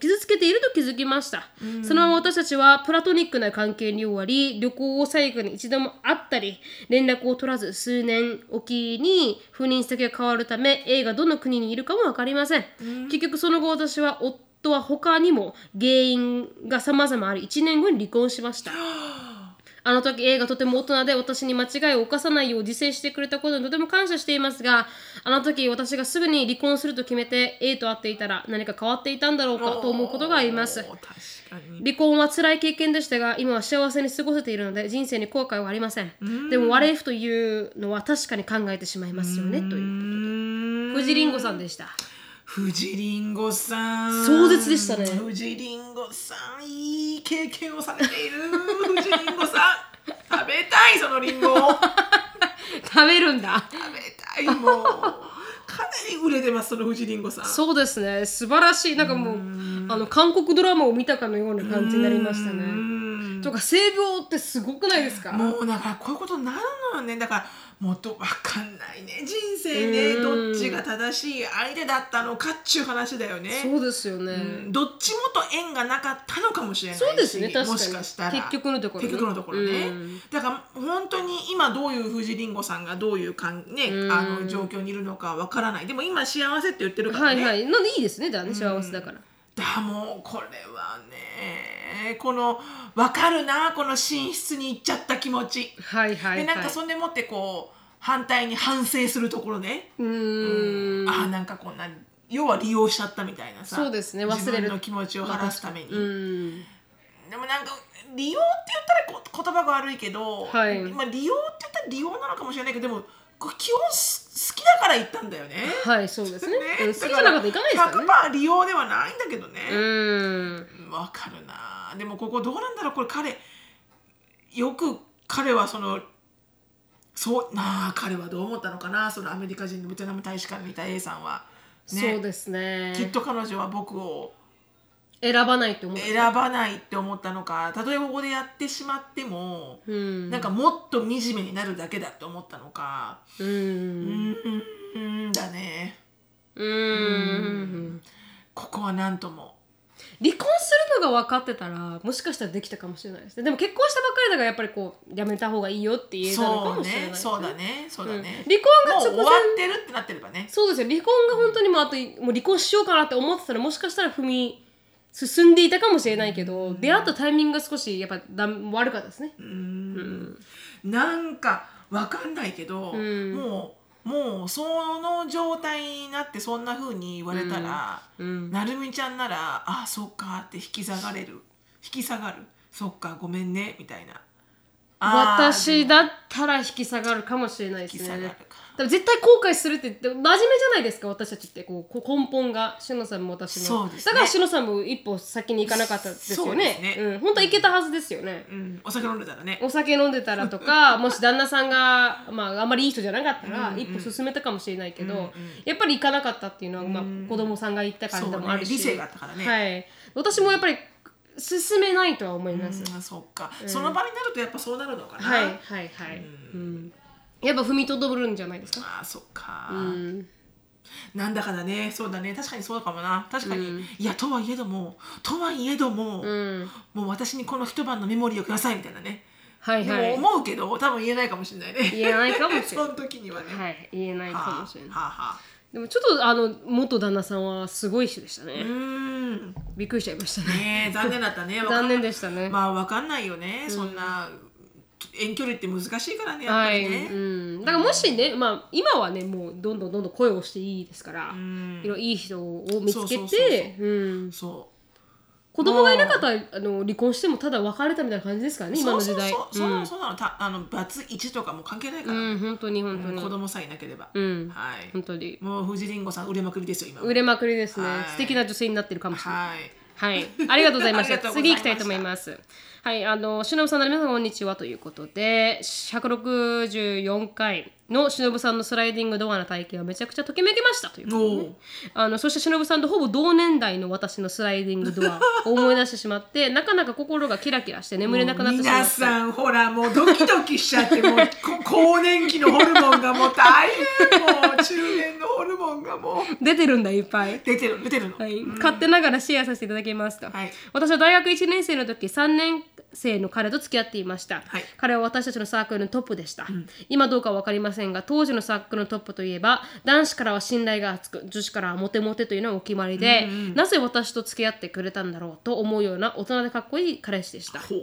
A: 傷つけていると気づきました、そのまま私たちはプラトニックな関係に終わり旅行を最後に一度も会ったり連絡を取らず数年おきに赴任先が変わるため A がどの国にいるかも分かりません、結局その後私は夫は他にも原因が様々あり1年後に離婚しましたあの時 A がとても大人で私に間違いを犯さないよう自制してくれたことにとても感謝していますがあの時私がすぐに離婚すると決めて A と会っていたら何か変わっていたんだろうか
B: ー
A: と思うことがあります
B: おー確かに
A: 離婚は辛い経験でしたが今は幸せに過ごせているので人生に後悔はありませんでも「割れ if というのは確かに考えてしまいますよねという藤りんごさんでした
B: 藤りんごさん
A: 壮絶でしたね
B: 藤りんごさんいい経験をされている藤りんごさん食べたいそのりんごを食
A: 食べるんだ
B: べたいもうかなり売れてますその藤りんごさん
A: そうですね素晴らしいなんかもうあの韓国ドラマを見たかのような感じになりましたね
B: うん
A: ちとか性病ってすごくないですか
B: もうだからこういうことになるのよねだからもっと分かんないね人生ね
A: うん
B: どっちが正しい相手だったのかっちゅう話だよね
A: そうですよね、
B: うんどっちもと縁がなかったのかもしれないし
A: そうですね確かに
B: もしかしたら
A: 結局のところね
B: 結局のところね
A: うん
B: だから本当に今どういう藤りんごさんがどういうかん、ね
A: うん
B: あの状況にいるのかわからないでも今幸せって言ってるから
A: は
B: ね、
A: いはいなんでいいですねだからね幸せだから、
B: だもうこれはねこの分かるなこの寝室に行っちゃった気持ち
A: はいはいは
B: で
A: い
B: なんかそんでもってこう反対に反省するところね、
A: うーん
B: ああなんかこんな要は利用しちゃったみたいなさ
A: そうですね忘れる
B: 自分の気持ちを晴らすために、
A: うん
B: でもなんか利用って言ったらこ言葉が悪いけど、
A: はい
B: まあ、利用って言ったら利用なのかもしれないけどでもこう基本す好きだから行ったんだよね。
A: はいそうですねうん
B: ね
A: 好きじゃなかったら行かないですからね
B: 100%利用ではないんだけどね。
A: うん
B: わかるなでもここどうなんだろうこれ彼よく彼はそのそうなあ彼はどう思ったのかなそのアメリカ人のベトナム大使館にいた A さんは、ね
A: そうですね
B: きっと彼女は僕を
A: 選ばないと思う
B: 選ばないって思ったのかたとえここでやってしまっても、
A: うん
B: なんかもっと惨めになるだけだって思ったのか
A: う
B: うんーんだね
A: うん
B: ここは何とも
A: 離婚するのが分かってたらもしかしたらできたかもしれないですねでも結婚したばっかりだからやっぱりこうやめた方がいいよって言えたのか
B: そう
A: もしれない
B: ね
A: です
B: そうだねそうだね、
A: うん離婚が直
B: もう終わ
A: 前
B: ってるってなってればね
A: そうですよ離婚が本当にもうあともう離婚しようかなって思ってたらもしかしたら踏み進んでいたかもしれないけど、出会ったタイミングが少しやっぱだ悪かったですね、
B: うんなんかわかんないけど、
A: うん
B: もうもうその状態になってそんな風に言われたら、
A: うん、
B: なるみちゃんなら「あそっか」って引き下がれる引き下がる「そっかごめんね」みたいなあー
A: 私だったら引き下がるかもしれない
B: 引
A: で
B: き
A: す
B: 下がる
A: ね
B: か
A: でも絶対後悔するってでも真面目じゃないですか私たちってこうこ根本がしのさんも私も
B: そうです
A: だ
B: ね
A: からしのさんも一歩先に行かなかったですよね
B: そうですね
A: うん、本当は行けたはずですよね、
B: うん、お酒飲んでたらね
A: お酒飲んでたらと かもし旦那さんが、まあ、あんまりいい人じゃなかった
B: うん
A: ら
B: うん
A: 一歩進めたかもしれないけど、
B: うんうん
A: やっぱり行かなかったっていうのは、まあ
B: うん、
A: 子供さんが行った感
B: そ
A: じで
B: う
A: もあ
B: ね
A: るし、
B: 理性があったからね、
A: はい、私もやっぱり進めないとは思います、
B: うんそっか、その場になるとやっぱそうなるのかな、
A: はいはいはい、うんやっぱ踏みとどるんじゃないですか、
B: あーそっか、
A: うん、
B: なんだかだねそうだね確かにそうかもな確かに、いやとはいえどもとはいえども、
A: うん、
B: もう私にこの一晩のメモリーをくださいみたいなね、
A: はいは
B: で
A: い
B: も思うけど多分言えないかもしれないね
A: 言えないかもしれない
B: その時にはね、
A: はい言えない
B: はあ
A: かもしれない
B: はあはあ
A: でもちょっとあの元旦那さんはすごい人でした
B: う
A: ね
B: ーん
A: びっくりしちゃいま したね
B: ねえ残念だったね
A: 残念
B: で
A: でしたね、
B: まあわかんないよね、そんな遠距離って難しいからねやっぱりね、
A: はいうん、だからもしね、まあ、今はねもうどんどんどんどん声をしていいですから、
B: ん
A: いろいろいい人を見つけ
B: そうそうそう
A: てうん
B: そ
A: 子供がいなかったらあの離婚してもただ別れたみたいな感じですから
B: う
A: ね今の時代
B: そうそうそう,、
A: うん
B: そうなのたあのバツ1とかもう関係ないから、
A: うん本当に本当に
B: 子供さえいなければ、
A: うん
B: はい
A: 本当に
B: もう藤りんごさん売れまくりですよ今は
A: 売れまくりですね
B: はい
A: 素敵な女性になってるかもしれない
B: はい
A: はい、ありがとうございまし
B: あ
A: た。
B: りがとうござ
A: 次
B: い
A: 行
B: ま
A: き
B: した
A: いと思います。はい、あの、しのぶさんの皆さん、こんにちはということで、164回のしのぶさんのスライディングドアの体験はめちゃくちゃときめきましたということでね、
B: おう
A: あの、そしてしのぶさんとほぼ同年代の私のスライディング ドアを思い出してしまって、なかなか心がキラキラして眠れなくなってしま
B: 皆
A: った。
B: さんほらもうドキドキしちゃってもうこ更年期のホルモンがもう大変もう中年のホルモンがもう
A: 出てるんだ、いっぱい。
B: 出てる出てるの、
A: はい、勝手ながらシェアさせていただきますと、
B: はい
A: 私は大学1年生の時3年生の彼と付き合っていました、
B: はい
A: 彼は私たちのサークルのトップでした、今どうかは分かりませんが当時のサークルのトップといえば男子からは信頼が厚く女子からはモテモテというのはお決まりで、なぜ私と付き合ってくれたんだろうと思うような大人でかっこいい彼氏でした
B: ほう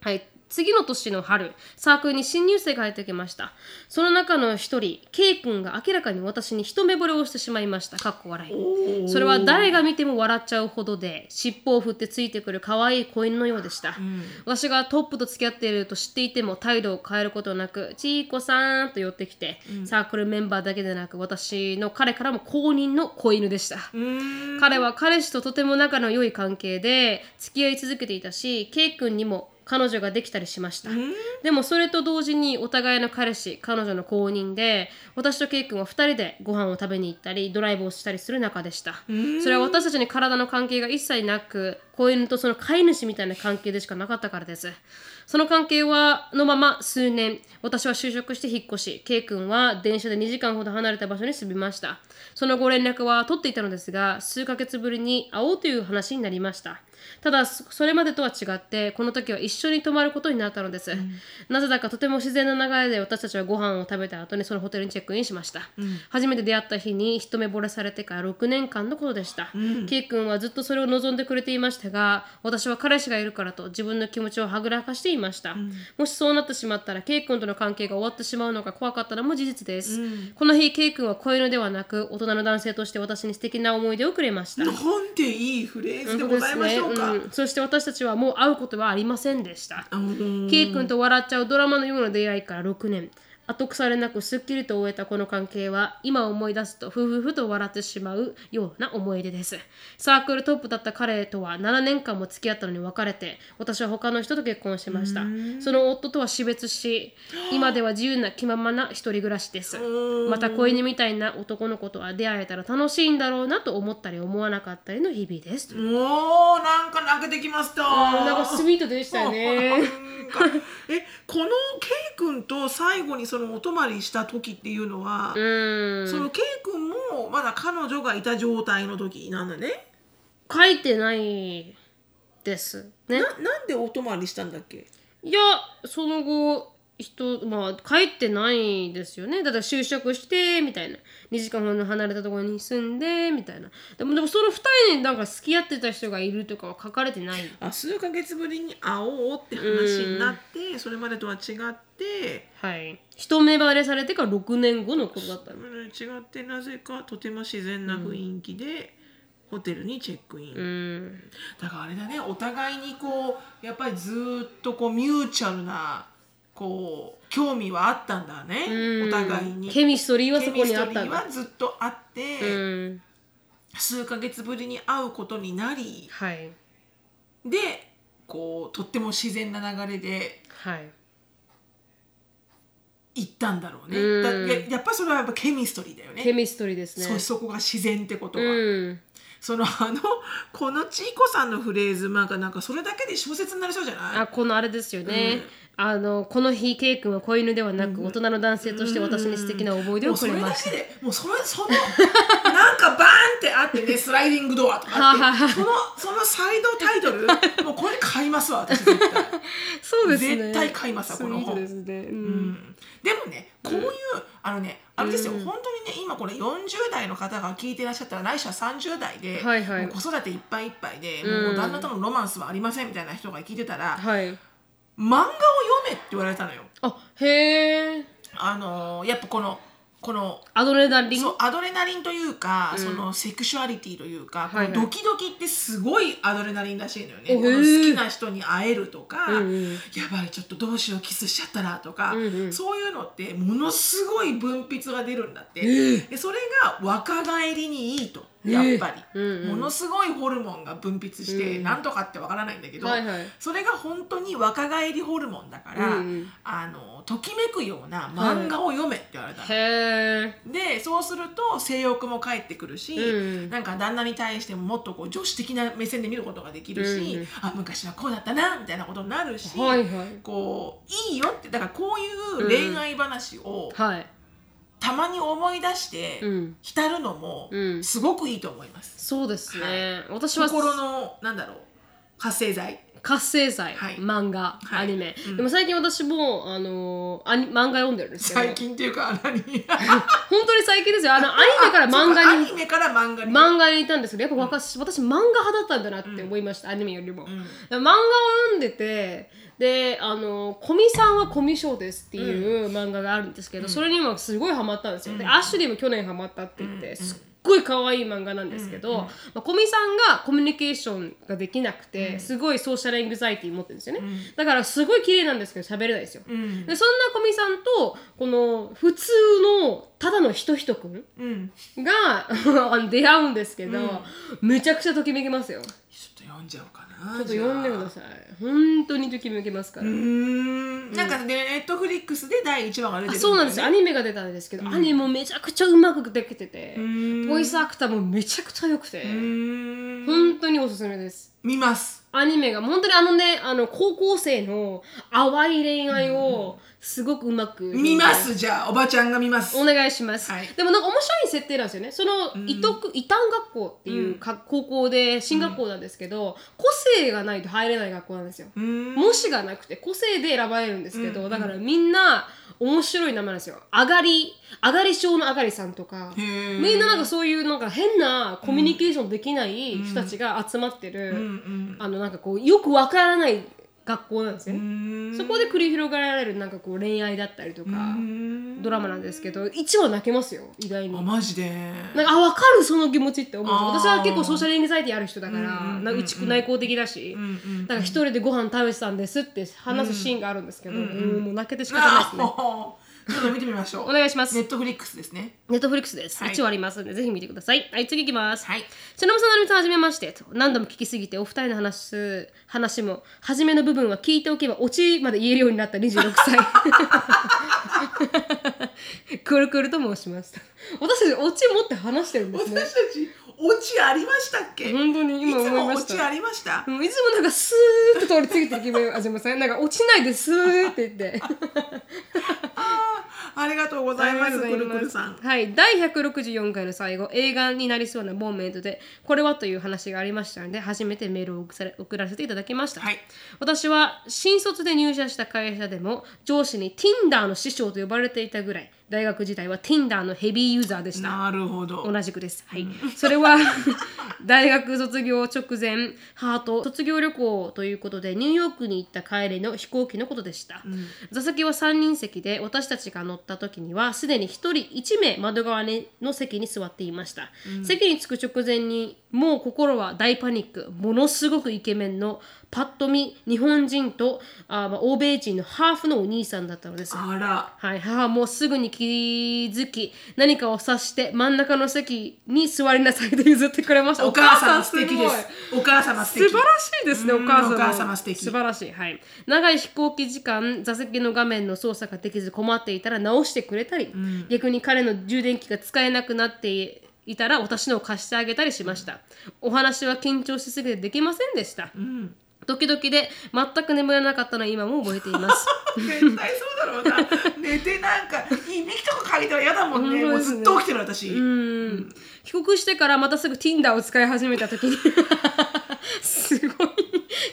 A: はい、次の年の春サークルに新入生が入ってきましたその中の一人 K 君が明らかに私に一目惚れをしてしまいましたかっこ笑いそれは誰が見ても笑っちゃうほどで尻尾を振ってついてくる可愛い子犬のようでした、私がトップと付き合っていると知っていても態度を変えることなく「ちーこさん」と寄ってきて、サークルメンバーだけでなく私の彼からも公認の子犬でした、
B: うーん
A: 彼は彼氏ととても仲の良い関係で付き合い続けていたし K 君にも彼女ができたりしました、
B: うん
A: でもそれと同時にお互いの彼氏彼女の公認で私とケイ君は2人でご飯を食べに行ったりドライブをしたりする仲でした、
B: うん
A: それは私たちに体の関係が一切なく子犬とその飼い主みたいな関係でしかなかったからですその関係はのまま数年私は就職して引っ越し K 君は電車で2時間ほど離れた場所に住みましたそのご連絡は取っていたのですが数ヶ月ぶりに会おうという話になりましたただそそれまでとは違ってこの時は一緒に泊まることになったのです、なぜだかとても自然な流れで私たちはご飯を食べた後にそのホテルにチェックインしました、初めて出会った日に一目惚れされてから6年間のことでした、K 君はずっとそれを望んでくれていましたが私は彼氏がいるからと自分の気持ちをはぐらかしていました、もしそうなってしまったら K 君との関係が終わってしまうのが怖かったのも事実です、この日 K 君は子犬ではなく大人の男性として私に素敵な思い出をくれました
B: なんていいフレーズでございましょう
A: 本
B: か。
A: 当ですねうんそして私たちはもう会うことはありませんでした
B: あのー
A: K 君と笑っちゃうドラマのような出会いから6年後腐れなくすっきりと終えたこの関係は今思い出すとふふふと笑ってしまうような思い出ですサークルトップだった彼とは7年間も付き合ったのに別れて私は他の人と結婚しましたその夫とは死別し今では自由な気ままな一人暮らしです
B: うーん
A: また子犬みたいな男の子とは出会えたら楽しいんだろうなと思ったり思わなかったりの日々です
B: もうなんか泣けてきました。
A: あーなんかスイートでしたよね
B: なんかえこの K 君と最後にそのお泊まりした時っていうのは、
A: うん
B: その K 君もまだ彼女がいた状態の時なんだね。
A: 書いてないですね
B: ななんでお泊まりしたんだっけ
A: いやその後人まあ帰ってないですよねだから就職してみたいな2時間ほど離れたところに住んでみたいなでもでもその2人になんか付き合ってた人がいるとかは書かれてない
B: あ数ヶ月ぶりに会おうって話になって、それまでとは違って。
A: はい一目バレされてから6年後のことだったの
B: うん違ってなぜかとても自然な雰囲気で、ホテルにチェックイン、
A: うん
B: だからあれだねお互いにこうやっぱりずーっとこうミューチャルなこう興味はあったんだね、
A: うん
B: お互いに
A: ケミストリーはそこ
B: ケミス
A: にあ
B: ト
A: っ
B: リ
A: た
B: ー
A: んだ
B: はずっとあって、
A: うん
B: 数ヶ月ぶりに会うことになり
A: はい
B: でこうとっても自然な流れで
A: はい
B: 行ったんだろうね、
A: うん
B: だややっぱそれはやっぱケミストリーだよね
A: ケミストリーですね
B: そそこが自然ってことは、
A: うん
B: その あのこのちいこさんのフレーズなんかなんかそれだけで小説になりそうじゃない
A: あこのあれですよね、あのこの日 K 君は子犬ではなく、大人の男性として私に素敵な思い出を
B: もうそ
A: くれ
B: れ
A: ま
B: だ
A: し
B: け
A: た
B: でもうそれそのなんかバーンってあって ねスライディングドアとか
A: は
B: あ
A: い
B: っ
A: はいは
B: て
A: い
B: そのそのサイドタイトルもうこれ買いますわ私絶対、
A: そうですね
B: 絶対買いますわこの本
A: スイートですね、うん
B: うん、でもねこういう、あのねあれですよ、
A: うん
B: 本当にね今これ40代の方が聞いてらっしゃったら来社30代で、
A: はいはい
B: もう子育ていっぱいいっぱいで、
A: うん
B: もう旦那とのロマンスはありませんみたいな人が聞いてたら、
A: はい
B: 漫画を読めって言われたのよ。
A: あへえ
B: あのーやっぱこのこの
A: アドレナリン
B: そうアドレナリンというか、
A: うん
B: そのセクシュアリティというか、
A: はいはい
B: このドキドキってすごいアドレナリンらしいのよね。
A: お
B: この
A: へー
B: 好きな人に会えるとか、
A: うんうん
B: やばいちょっとどうしようキスしちゃったらとか、
A: うんうん
B: そういうのってものすごい分泌が出るんだって。
A: え
B: でそれが若返りにいいとやっぱり、
A: えうんうん
B: ものすごいホルモンが分泌して、
A: うん
B: なんとかってわからないんだけど、
A: はいはい
B: それが本当に若返りホルモンだから、
A: うんうん
B: あのときめくような漫画を読めって言われたの、
A: へ
B: でそうすると性欲も返ってくるし、
A: うん
B: なんか旦那に対してももっとこう女子的な目線で見ることができるし、
A: うん
B: あ昔はこうだったなみたいなことになるし、
A: えはいはい
B: こういいよってだからこういう恋愛話を
A: はい
B: たまに思い出して
A: うん
B: 浸るのも
A: うん
B: すごくいいと思います。
A: そうですね、私は
B: 心のなんだろう活性剤
A: 活性剤、
B: はい
A: 漫画、
B: はい
A: アニメ、
B: うん
A: でも最近私もあのアニ漫画読んでるんですけど
B: 最近っていうか何
A: 本当に最近ですよあのアニメから漫画に
B: アニメから漫画に、
A: 漫画にいたんですけどやっぱ私,、私漫画派だったんだなって思いました、アニメよりも、
B: うん
A: 漫画を読んでてであの「古見さんはコミュ障です」っていう漫画があるんですけど、それにもすごいハマったんですよ、でアッシュリーも去年ハマったって言って、すっごい可愛い漫画なんですけど、まあ、古見さんがコミュニケーションができなくて、すごいソーシャルエングザイティ持ってるんですよね、だからすごい綺麗なんですけど喋れないですよ、
B: うん
A: でそんな古見さんとこの普通のただのひとひとくん
B: うん、
A: が あの出会うんですけど、
B: うん
A: めちゃくちゃときめきますよ。
B: ちょっと読んじゃおうか
A: ち
B: な
A: ょっと読んでくだ
B: い
A: さい本当にときめきますか
B: う
A: ら、
B: ーんなんかねネットフリックスで第1話が出て
A: あ
B: る
A: そうなんですよアニメが出たんですけど、アニメもめちゃくちゃうまくできてて
B: う、ーん
A: ボイスアクターもめちゃくちゃ良くて、
B: うーん
A: 本当におすすめです
B: 見ます
A: アニメが本当にあのねあの高校生の淡い恋愛をすごくうまく
B: 見ますじゃあおばちゃんが見ます
A: お願いします、
B: はい
A: でもなんか面白い設定なんですよねその伊徳伊丹学校っていうか、高校で進学校なんですけど、個性がないと入れない学校なんですよ
B: うーん
A: 模試がなくて個性で選ばれるんですけど、
B: うん
A: だからみんな面白い名前なんですよあがりあがり症のあがりさんとか
B: へー
A: みんななんかそういうなんか変なコミュニケーションできない人たちが集まってる、
B: うんうん
A: あのなんかこうよくわからない学校なんですよ
B: う
A: ね、
B: ーん
A: そこで繰り広げられるなんかこう恋愛だったりとか、
B: うーん
A: ドラマなんですけど一話泣けますよ意外に
B: あマジで
A: なんかあ分かるその気持ちって思うんですよ
B: あ
A: 私
B: ー
A: は結構ソーシャルエングザイティある人だから
B: うんうんうんうん
A: なんか内内向的だし、
B: うんうん
A: だから一人でご飯食べてたんですって話すシーンがあるんですけど、
B: うんうんうん
A: もう泣けて仕方ない
B: あ
A: ですね
B: もうちょっと見てみましょう
A: お願いします
B: ネットフリックスですね
A: ネットフリックスです、
B: はい
A: 一応ありますのでぜひ見てくださいはい次いきます
B: はい
A: 忍さんなるみさんはじめましてと何度も聞きすぎてお二人の話す話も初めの部分は聞いておけばオチまで言えるようになった26歳くるくると申します私たちオチ持って話してるんです
B: 私
A: ね
B: たちオチありましたっけ
A: 本当に今
B: い
A: 思
B: つ
A: い
B: も
A: ま
B: オ
A: した
B: チありました
A: もういつもなんかスーッと通り過ぎていきませんなんか落ちないでスーって言って
B: ありがとうござい
A: あ
B: ます
A: り
B: く
A: がと
B: る
A: うございます
B: くるさん
A: はい、第164回の最後映画になりそうなモーメントでこれはという話がありましたので初めてメールを送され送らせていただきました、
B: はい
A: 私は新卒で入社した会社でも上司に Tinder の師匠と呼ばれていたぐらい大学時代は Tinder のヘビーユーザーでした
B: なるほど
A: 同じくです、はい それは大学卒業直前ハート卒業旅行ということでニューヨークに行った帰りの飛行機のことでした、座席は3人席で私たちが乗った時にはすでに1人1名窓側の席に座っていました、席に着く直前にもう心は大パニックものすごくイケメンのパッと見日本人とあーまあ欧米人のハーフのお兄さんだったのです
B: あら
A: はい、母もすぐに気づき何かを察して真ん中の席に座りなさいと譲ってくれました
B: お母様素敵です
A: ごい
B: お母様素
A: 素
B: 敵
A: 晴らしいですねお母様
B: うんお母様素敵
A: 晴らしいはい長い飛行機時間座席の画面の操作ができず困っていたら直してくれたり、逆に彼の充電器が使えなくなっていたら私のを貸してあげたりしました、お話は緊張しすぎてできませんでした、
B: うん
A: 時々で全く眠れなかったのは今も覚えています
B: 絶対そうだろうな 寝てなんかいびきとかかいたら嫌だもんね
A: 本
B: も
A: 当
B: う
A: ですね
B: ずっと起きてる私
A: うん帰国してからまたすぐ Tinder を使い始めた時にすごい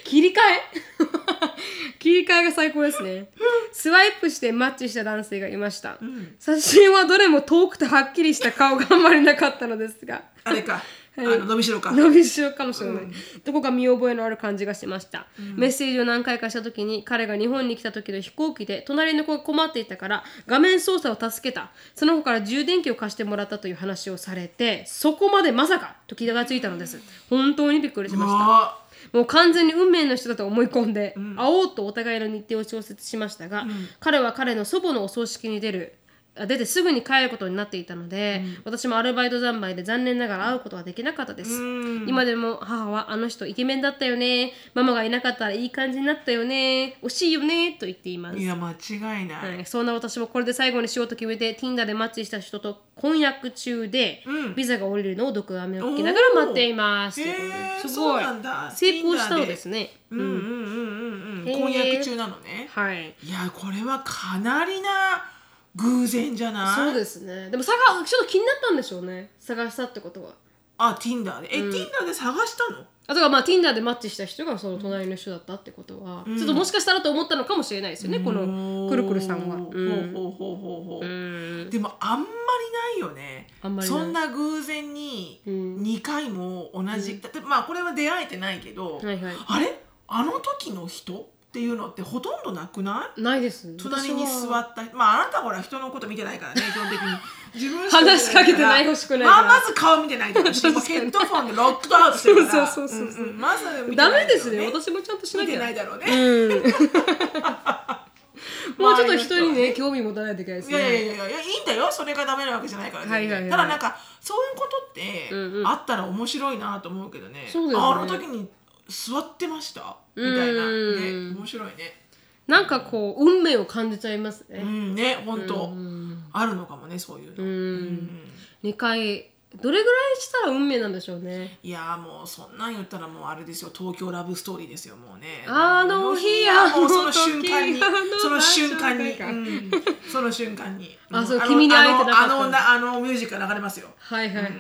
A: 切り替え切り替えが最高ですねスワイプしてマッチした男性がいました、写真はどれも遠くてはっきりした顔があんまりなかったのですが
B: あれかあの伸びしろか
A: 伸びしろかもしれない、どこか見覚えのある感じがしました、メッセージを何回かした時に彼が日本に来た時の飛行機で隣の子が困っていたから画面操作を助けたその子から充電器を貸してもらったという話をされてそこまでまさかと気がついたのです本当にびっくりし
B: う
A: ました
B: わ
A: もう完全に運命の人だと思い込んで、会おうとお互いの日程を調節しましたが、彼は彼の祖母のお葬式に出るあ出てすぐに帰ることになっていたので、私もアルバイト三昧で残念ながら会うことはできなかったです、今でも母はあの人イケメンだったよねママがいなかったらいい感じになったよね惜しいよねと言っています
B: いや間違いない、
A: はい、そんな私もこれで最後にしようと決めて Tinder でマッチした人と婚約中で、ビザが降りるのを毒飴を聞きながら待っています
B: おー
A: ということで
B: へー
A: すごい
B: そうなんだ
A: 成功したのですね
B: うんうんうんうんうん
A: へー
B: 婚約中なのね
A: はい
B: いやこれはかなりな偶然じゃない
A: そうですねでも探ちょっと気になったんでしょうね探したってことは
B: あ Tinder でえ、Tinder で探したの
A: あとがまあ Tinder でマッチした人がその隣の人だったってことは、ちょっともしかしたらと思ったのかもしれないですよね、このくるくるさんは、
B: お
A: う
B: ー
A: ん
B: ほうほうほうほうほう、
A: うん
B: でもあんまりないよね
A: あんまりない
B: そんな偶然に
A: うん
B: 2回も同じ、だってまあこれは出会えてないけど、
A: はいはい
B: あれあの時の人っていうのってほとんどなくない
A: ないです
B: 隣に
A: 私
B: 座
A: は
B: ったまああなたほら人のこと見てな いからね基本的に自分し
A: 話しかけてない
B: 見
A: 欲しくない
B: ま
A: か
B: あ
A: ら
B: まず顔見てないけど 私今ヘッドフォンでロックドアウトしてるから
A: そうそうそうそうん
B: んまず見てな
A: ダ
B: い
A: メです
B: よ
A: ね私もちゃんとしな
B: 見
A: き
B: て
A: ゃ
B: ないだろうね、
A: うんもうちょっと人に
B: 周りの人は
A: ね興味持たないといけないです
B: いやいやい
A: ね
B: やいやいいんだよそれがダメなわけじゃないから、
A: はいはいはい
B: ただなんかそういうことって
A: うんうん
B: あったら面白いなと思うけどね,、
A: そうですね
B: あの時に座ってましたみたい
A: う
B: な
A: ん
B: ね面白いね
A: なんかこう運命を感じちゃいます
B: う
A: ね、
B: んね本
A: う
B: 当、
A: ん
B: あるのかもねそういうの、
A: うん
B: うん
A: 2回どれぐらいしたら運命なんでしょうね
B: いやーもうそんなん言ったらもうあれですよ東京ラブストーリーですよもうね
A: あの日あ
B: も
A: の
B: う
A: 時
B: その瞬 間に
A: あの
B: その瞬間に、
A: 場所
B: うんその瞬間に
A: あそうん
B: の
A: 君に会えてなかった
B: あのあのなあのミュージックが流れますよ
A: はいはいはい、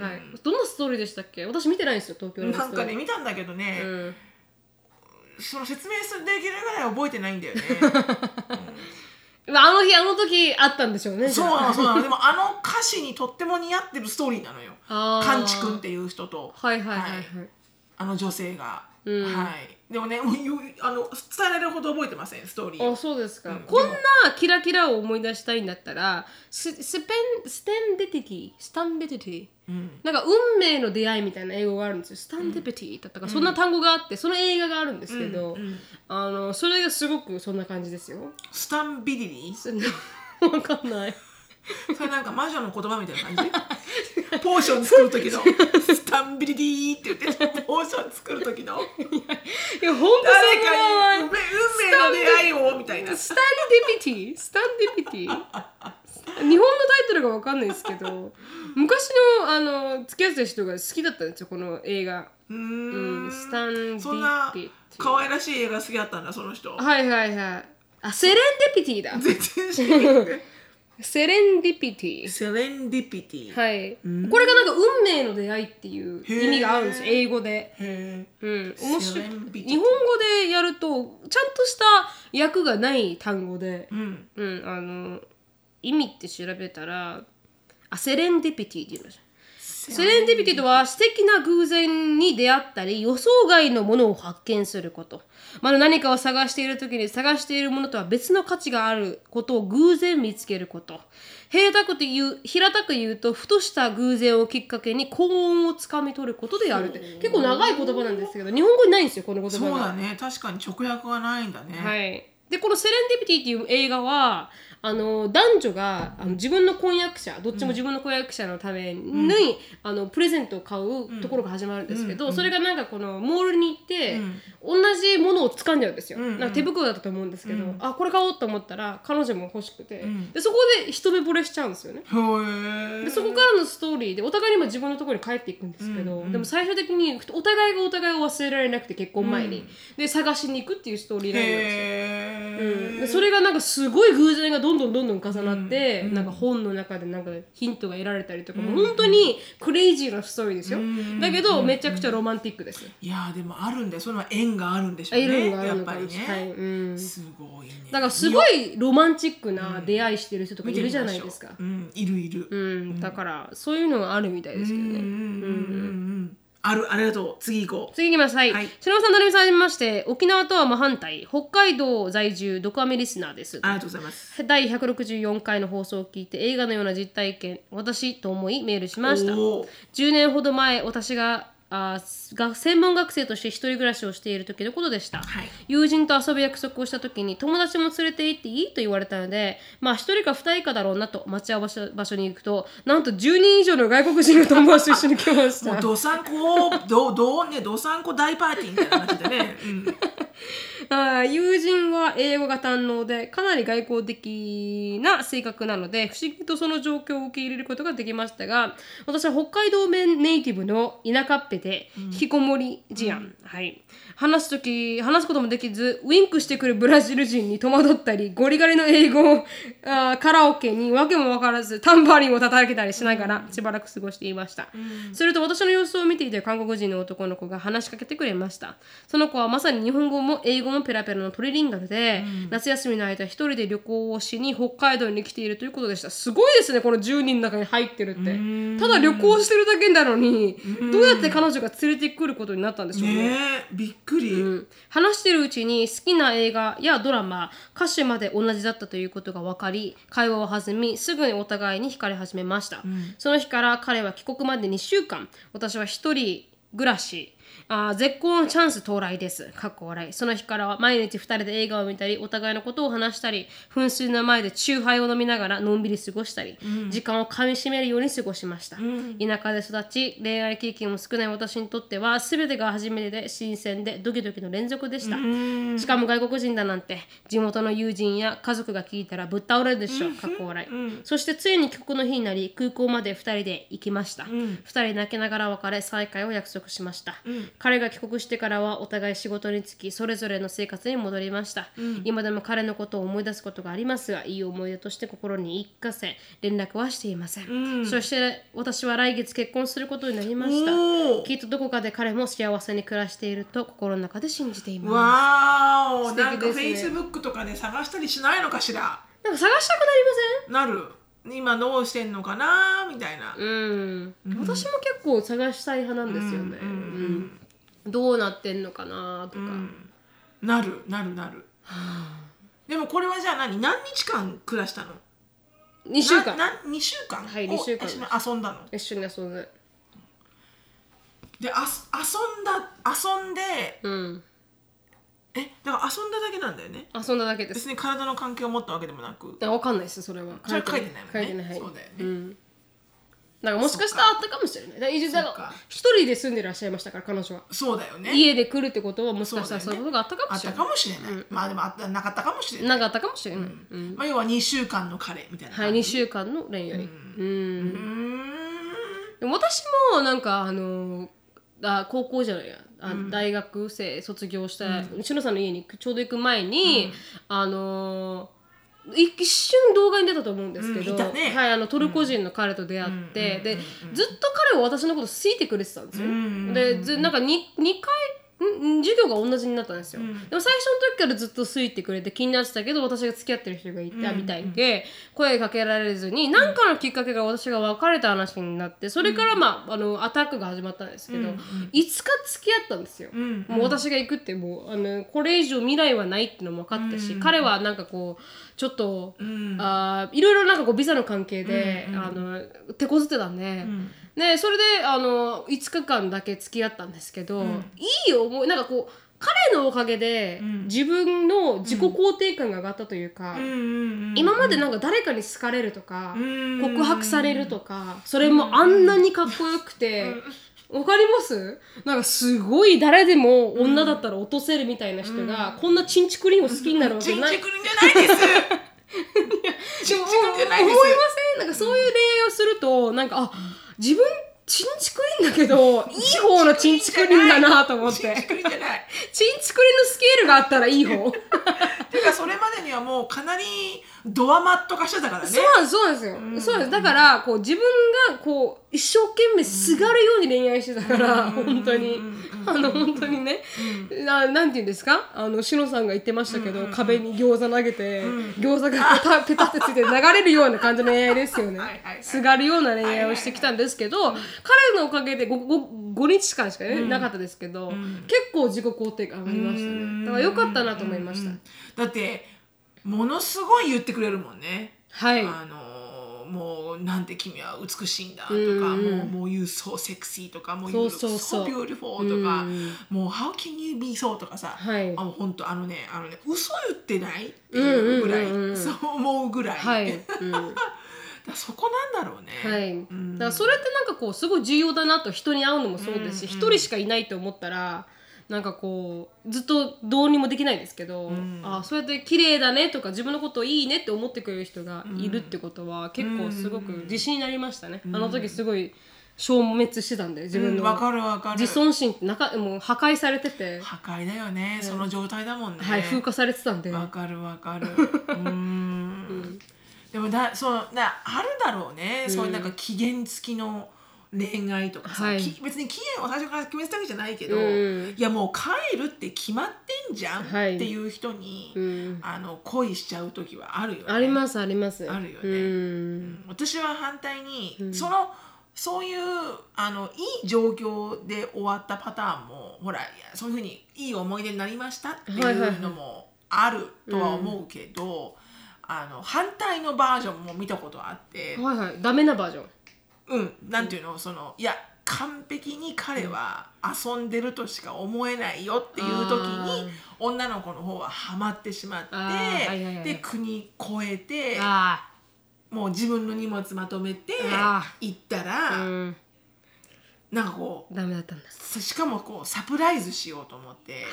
A: どんなストーリーでしたっけ私見てないんですよ東京ラブ
B: な
A: ス
B: ん
A: ト
B: か
A: ー
B: ね
A: リー
B: 見たんだけどね、
A: うん
B: その説明するできるぐらい覚えてない んだよね
A: まああの日あの時あったんでしょうねじ
B: そう
A: ゃあ
B: なのそうなのでもあの歌詞にとっても似合ってるストーリーなのよ
A: あー
B: カンチ君っていう人と
A: はいはいはいはい、
B: あの女性が、
A: うん
B: はいでもねもう言うあの伝えられるほど覚えてませんストーリー
A: あそうですか、
B: うん
A: こんなキラキラを思い出したいんだったらススペンステンデティティスタンデティティ
B: うん
A: なんか運命の出会いみたいな英語があるんですよスタンディペティだったか、そんな単語があってその映画があるんですけど、
B: うんうん
A: あのそれがすごくそんな感じですよ
B: スタンビリリー
A: そんなわかんない
B: それなんか魔女の言葉みた いな感じポーション作る時のスタンビリリーって言ってポーション作る 時の
A: いや本当
B: 誰
A: そん
B: か
A: な
B: に運命運命の出会いを みたいな
A: スタンディペティスタンディペティ日本のタイトルがわかんないですけど昔のあの付き合ってた人が好きだったんですよこの映画、
B: う
A: うん、
B: ん
A: スタンディペティ
B: そんな可愛らしい映画好きだったんだその人
A: はいはいはいあセレンディピティだ
B: 全然知らな いね
A: セレンディピティ
B: セレンディピティ、
A: はい、
B: うん
A: これがなんか運命の出会いっていう意味があるんですよ
B: へー
A: 英語で。
B: へ
A: うん、面白い
B: セレンビティ
A: 日本語でやるとちゃんとした訳がない単語で
B: え、、うん、
A: うん、あの意味って調べたらあセレンディピティって言うのじゃんセレンディピティとは私的な偶然に出会ったり予想外のものを発見すること、まあ、何かを探している時に探しているものとは別の価値があることを偶然見つけること平たくて言う平たく言うとふとした偶然をきっかけに幸運をつかみ取ることであるって結構長い言葉なんですけど日本語にないんですよこの言葉が。
B: そうだね確かに直訳がないんだね、
A: はい、でこの「セレンディピティ」っていう映画はあの男女があの自分の婚約者どっちも自分の婚約者のために、あのプレゼントを買うところが始まるんですけど、それがなんかこのモールに行って、同じものを掴んじゃうんですよ、
B: うんうん
A: なんか手袋だったと思うんですけど、
B: うん
A: あこれ買おうと思ったら彼女も欲しくて、
B: うん
A: でそこで一目惚れしちゃうんですよね。
B: へえ
A: でそこからのストーリーでお互いに今自分のところに帰っていくんですけど、
B: うんうん
A: でも最終的にお互いがお互いを忘れられなくて結婚前に、
B: うん
A: で探しに行くっていうストーリーラインなんですよ。
B: へ
A: うん
B: え、
A: でそれがなんかすごい偶然がどんどんどんどん重なって、
B: うん
A: なんか本の中でなんかヒントが得られたりとか、
B: うん
A: もう本当にクレイジーなストーリーですよ、
B: うん
A: だけどめちゃくちゃロマンティックです、
B: いやーでもあるんだよそれは縁があるんでしょ
A: ア
B: う
A: イル
B: ね
A: ンがあ
B: や
A: る
B: っ
A: の
B: ぱ
A: か
B: り
A: も
B: ね
A: しれない、うん、
B: すごいね
A: だからすごいロマンチックな出会いしてる人とかい
B: 見てみ
A: る
B: まし
A: じゃ
B: ょう
A: ないですか、
B: うんいるいる
A: うんだからそういうのがあるみたいですけどね、
B: うんうんうんうんあるありがとう次行こ
A: 次行きます。はい。
B: はい
A: 白山さん、成美さん、はじめまして。沖縄とは真反対。北海道在住、ドクアメリスナーです。
B: うありがとうございます
A: 第164回の放送を聞いて映画のような実体験私と思いメールしました
B: おー
A: 10年ほど前私があーが専門学生として一人暮らしをしている時のことでした、
B: はい
A: 友人と遊ぶ約束をした時に友達も連れて行っていいと言われたのでまあ1人か2人かだろうなと待ち合わせ場所に行くとなんと10人以上の外国人の友達と一緒に来まし
B: もう
A: た
B: どさんこど どねどさんこ大パーティーみたいな感じでね、うん、
A: あー友人は英語が堪能でかなり外交的な性格なので不思議とその状況を受け入れることができましたが私は北海道弁ネイティブの田舎っぺで引きこもり事案、はい、話す時話すこともできずウィンクしてくるブラジル人に戸惑ったりゴリガリの英語をあーカラオケに訳も分からずタンバリンを叩けたりしながらしばらく過ごしていました、すると私の様子を見ていた韓国人の男の子が話しかけてくれましたその子はまさに日本語も英語もペラペラのトリリンガルで、夏休みの間一人で旅行をしに北海道に来ているということでしたすごいですねこの10人の中に入ってるってただ旅行してるだけなのにどうやって彼女が連れてくることになったんでしょうね
B: ねえびっくり、
A: うん話してるうちに好きな映画やドラマ歌手まで同じだったということが分かり会話を弾みすぐにお互いに惹かれ始めました、その日から彼は帰国まで2週間私は一人暮らしあー絶好のチャンス到来です。かっこ笑い。その日からは毎日2人で映画を見たり、お互いのことを話したり、噴水の前でチューハイを飲みながらのんびり過ごしたり、時間をかみしめるように過ごしました。田舎で育ち、恋愛経験も少ない私にとっては、全てが初めてで新鮮でドキドキの連続でした。しかも外国人だなんて、地元の友人や家族が聞いたらぶっ倒れるでしょう。かっこ笑い。そしてついに帰国の日になり、空港まで2人で行きました。2人泣きながら別れ、再会を約束しました。彼が帰国してからはお互い仕事に就きそれぞれの生活に戻りました、今でも彼のことを思い出すことがありますがいい思い出として心に一過せ連絡はしていません、そして私は来月結婚することになりました
B: おー
A: きっとどこかで彼も幸せに暮らしていると心の中で信じています
B: わーお、
A: 素敵
B: なんか
A: で
B: フ
A: す
B: ェ
A: ね
B: イスブックとかで探したりしないのかしら
A: なんか探したくな
B: なる今どうしてんのかなみたいな
A: りませんうん、私も結構探したい派なんですよね、
B: うんうん
A: うんどうなってんのかなとか、
B: なるなるなるでもこれはじゃあ何何日間暮らしたの
A: 2週間
B: なな二週間
A: はい
B: を
A: 二週間です
B: 遊んだの
A: 一緒に遊んで
B: であす遊んだ遊んで
A: うん
B: えだから遊んだだけなんだよね
A: 遊んだだけです
B: 別に体の関係を持ったわけでもなく
A: いやわかんないですそれは
B: それは書いてないもんね
A: 書いてないはい
B: そうだよね
A: ん、なんかもしかしたらあったかもしれないだから伊集院さん
B: そう
A: が
B: か
A: 一人で住んでらっしゃいましたから彼女は、
B: そうだよね
A: 家で来るってことはもしかしたらそ
B: そ
A: う
B: だよ
A: うい
B: ね
A: うことがあったか
B: あ
A: も
B: っ
A: しれ
B: た
A: ない
B: かもしれない、まあでもあったなかったかもしれない、
A: なんかあったかもしれない、うん
B: まあ、要は2週間の彼みたいな
A: はい
B: 感じ
A: 2週間の恋愛うん、
B: うーん
A: でも私もなんかあのーあ高校じゃないやあ、大学生卒業した、しのさんの家にちょうど行く前に、あのーい一瞬動画に出たと思うんですけど、
B: うんいたね
A: はい、あのトルコ人の彼と出会って、で、ずっと彼は私のこと好いてくれてたんですよ、
B: うん
A: でずなんか 2, 二回んん授業が同じになったんですよ、
B: うん
A: でも最初の時からずっと好いてくれて気になってたけど私が付き合ってる人がいたみたいで、声かけられずに何かのきっかけが私が別れた話になってそれから、まあ、あのアタックが始まったんですけど、
B: うん
A: いつか付き合ったんですよ。
B: うん
A: もう私が行くってもうあのこれ以上未来はないってのも分かったし、
B: うん
A: 彼はなんかこうちょっと、
B: うん
A: あーいろいろなんかこうビザの関係で、
B: うんうん
A: あの手こずってたんで、
B: うん
A: ね、それであの5日間だけ付き合ったんですけど、
B: ん
A: いい思いなんかこう彼のおかげで、
B: うん
A: 自分の自己肯定感が上がったというか、
B: うんうんうん
A: 今までなんか誰かに好かれるとか、
B: うん
A: 告白されるとかそれもあんなにかっこよくて、わかりますなんかすごい誰でも女だったら落とせるみたいな人が、こんなチンチクリンを好きになるわけ
B: チン
A: ない
B: チクリンじゃ ないですチンチクリンじゃないです
A: 思いませんなんかそういう恋愛をするとなんかあ自分チンチクリンだけ どいい方のチンチクリンだなと思っ
B: チン
A: て
B: チクリンじゃない
A: チンチクリンのスケールがあったらいい 方
B: てかそれまでにはもうかなりドアマット化してたからね
A: そうなんですそうなんですよ、そうなんですだからこう自分がこう一生懸命すがるように恋愛してたから、本当に、あの本当にね、ななんて言うんですかあのしのさんが言ってましたけど、壁に餃子投げて、餃子がペタペタってついて流れるような感じの恋愛ですよね
B: はいはいはい
A: すがるような恋愛をしてきたんですけど、彼のおかげで 5, 日間しか、ねなかったですけど、結構自己肯定感上がりましたねだから良かったなと思いました、
B: だってものすごい言ってくれるもんね、
A: はい
B: あのーもうなんて君は美しいんだとか、
A: うんうん
B: もうもう you so sexy とかもう
A: そ
B: you
A: う
B: look
A: そうそう
B: so beautiful と
A: う
B: か、
A: ん
B: もう how can you be so とかさ、
A: はい
B: あ本当あのねあのね嘘言ってないっていうぐらい、
A: うんうんうんうん
B: そう 思うぐらい、
A: はい、
B: だか
A: うん
B: らそこなんだろうね、
A: はい、
B: ん
A: だからそれってなんかこうすごい重要だなと人に会うのもそうですし一、人しかいないと思ったらなんかこうずっとどうにもできないですけど、あそうやって綺麗だねとか自分のこといいねって思ってくれる人がいるってことは、結構すごく自信になりましたね、あの時すごい消滅してたんで自分
B: うんわ
A: の
B: かるわかる
A: 自尊心ってなかもう破壊されてて、
B: 破壊だよね、その状態だもんね、
A: はい、風化されてたんで、
B: わかるわ かるうーんでもだそうだあるだろうね、そういうなんか期限付きの恋愛とかさ、
A: はい
B: き別に期限を最初から決めてたわけじゃないけど、
A: うん
B: いやもう帰るって決まってんじゃんっ
A: はい
B: ていう人に、
A: うん
B: あの恋しちゃう時はあるよね。
A: ありますあります
B: あるよね
A: うん
B: うん私は反対に、そのそういうあのいい状況で終わったパターンもほらいやそういうふうにいい思い出になりましたっていうのもあるとは思うけど、あの反対のバージョンも見たことあって、
A: はいはいダメなバージョン
B: うん、なんていうのそのいや完璧に彼は遊んでるとしか思えないよっていう時に女の子の方はハマってしまって、
A: あーはいはいはい
B: で国越えて
A: あ
B: もう自分の荷物まとめて
A: あー
B: 行った
A: あ、
B: ら、
A: うん、
B: なんかこ
A: ダメだったんだ。
B: うしかもこうサプライズしようと思って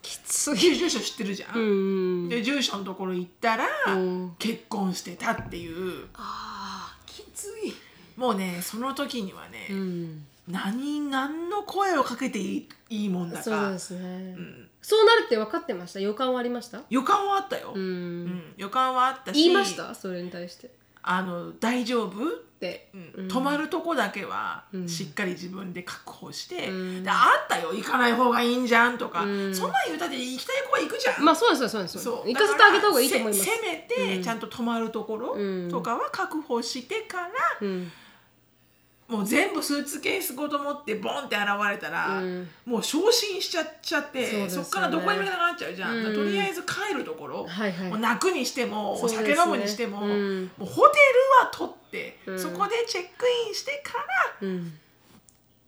A: きつい。
B: 住住所知ってるじゃん。
A: うん。
B: で住所のところ行ったら、
A: うん
B: 結婚してたっていう
A: ああ、きつい。
B: もうねその時にはね、
A: うん。
B: 何何の声をかけていいいいもんだ
A: そうで
B: か、
A: すね、
B: うん、
A: そうなるって分かってました。予感はありました。
B: 予感はあったよ、
A: うん。
B: うん予感はあったし
A: 言いました。それに対して。
B: あの大丈夫、
A: で、
B: う
A: う
B: ん
A: ん
B: 泊まるとこだけは
A: うん
B: しっかり自分で確保して、
A: うん
B: であったよ行かない方がいいんじゃんとか、
A: うん
B: そんなん言うたって行きたい子は行くじゃん、
A: まあ、そうです。そうです。そう
B: そう
A: です。行かせてあげた方がいいと思います
B: せ。せめてちゃんと泊まるとこ
A: うん
B: ろとかは確保してから、
A: うん。
B: もう全部スーツケースごと持ってボンって現れた
A: う
B: ら、
A: ん
B: もう昇進しちゃっちゃって
A: そう
B: そ,、
A: ですよね
B: っからどこにも行かなくなっちゃうじゃん、
A: うん
B: だからとりあえず帰るところ、
A: はいはい
B: もう泣くにしても、お酒飲むにしても、
A: そうですねうん
B: もうホテルは取って、
A: うん
B: そこでチェックインしてから
A: うん。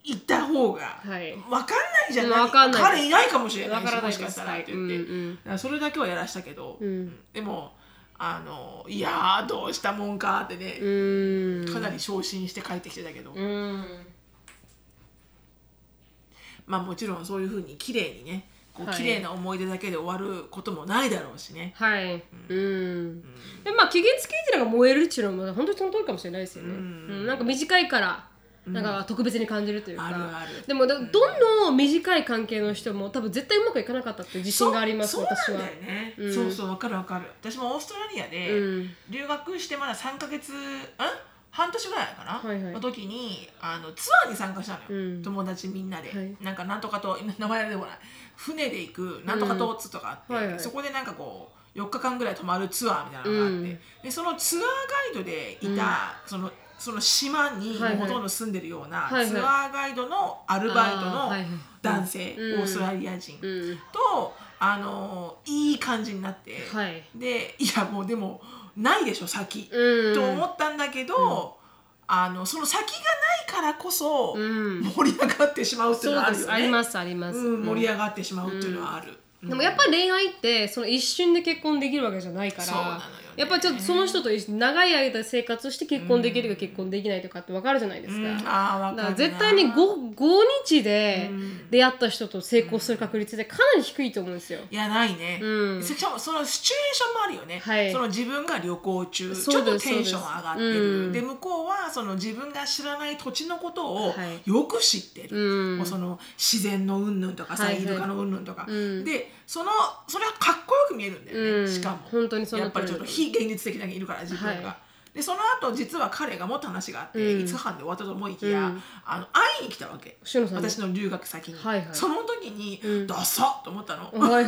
B: 行った方が、
A: はい
B: 分かんないじゃん、
A: うん
B: 何
A: わかんないです
B: 彼いないかもしれな
A: わ
B: い
A: からな
B: し
A: い
B: も
A: で
B: し
A: す
B: かしたらって言って、
A: はいうんうん
B: だからそれだけはやらしたけど、
A: うん
B: でもあのいやーどうしたもんかってね、
A: うん。
B: かなり昇進して帰ってきてたけど。
A: うん。
B: まあもちろんそういうふうに綺麗にねこう
A: はい
B: 綺麗な思い出だけで終わることもないだろうしね、
A: はい。うん。でまあ期限付きっていうのが燃えるっていうのは本当にその通りかもしれないですよね。
B: うん
A: うんなんか短いからなんか特別に感じるというか。
B: あるある
A: でもだどの短い関係の人も多分絶対うまくいかなかったっていう自信があります
B: そう
A: 私は
B: そうなん。だよね、
A: うん
B: そうそうわかるわかる私もオーストラリアで
A: うん
B: 留学してまだ3ヶ月ん半年ぐらいかな、
A: はいはい
B: の時にあのツアーに参加したのよ、
A: うん
B: 友達みんなで、
A: はい
B: なんかなんとかと 名前は出てこない船で行くなんとかとっつとかあって、
A: うんはいはい
B: そこでなんかこう4日間ぐらい泊まるツアーみたいなのがあって、
A: うん
B: でそのツアーガイドでいた、そのその島に
A: はいはい
B: もうほとんど住んでるような、
A: はいはい
B: ツアーガイドのアルバイト
A: あー
B: の
A: はいはい
B: 男性、
A: うん
B: オーストラリア人
A: うん
B: と、あのいい感じになって、
A: はい。
B: でいやもうでもないでしょ先、
A: うん。
B: と思ったんだけど、あのその先がないからこそ、
A: うん
B: 盛り上がってしまうっていうの
A: そう
B: はあ
A: で
B: るよ
A: す
B: ね。
A: ありますあります。
B: うん、盛り上がってしまうっていうのはある。うん
A: でもやっぱり恋愛ってその一瞬で結婚できるわけじゃないから
B: そうなのよね
A: やっぱちょっとその人と一緒に長い間生活して結婚できるか結婚できないとかって分かるじゃないですか。
B: うんああわか
A: だ
B: るな
A: から絶対に 5, 5日で出会った人と成功する確率でかなり低いと思うんですよ。
B: いやないね、
A: うん
B: しかもそのシチュエーションもあるよね、
A: はい
B: その自分が旅行中
A: そう
B: ちょっ
A: で
B: と
A: す
B: テンション上がって
A: そう
B: る
A: です
B: で向こうはその自分が知らない土地のことを
A: はい
B: よく知ってる、
A: うん
B: もうその自然の云々とかさ、
A: はいはい
B: イルカの云々とか、
A: うん
B: でそのそれはかっこよく見えるんだよね、
A: うん
B: しかも
A: 本当にその
B: やっぱりちょっと非現実的なにいるから自分が。
A: は
B: でその後実は彼がもっと話があって、
A: うん
B: 5日間で終わったと思いきや、
A: うん
B: あの会いに来たわけ
A: しのさん
B: 私の留学先に、
A: はいはい
B: その時に、
A: うん
B: ダサッと思ったの、
A: おい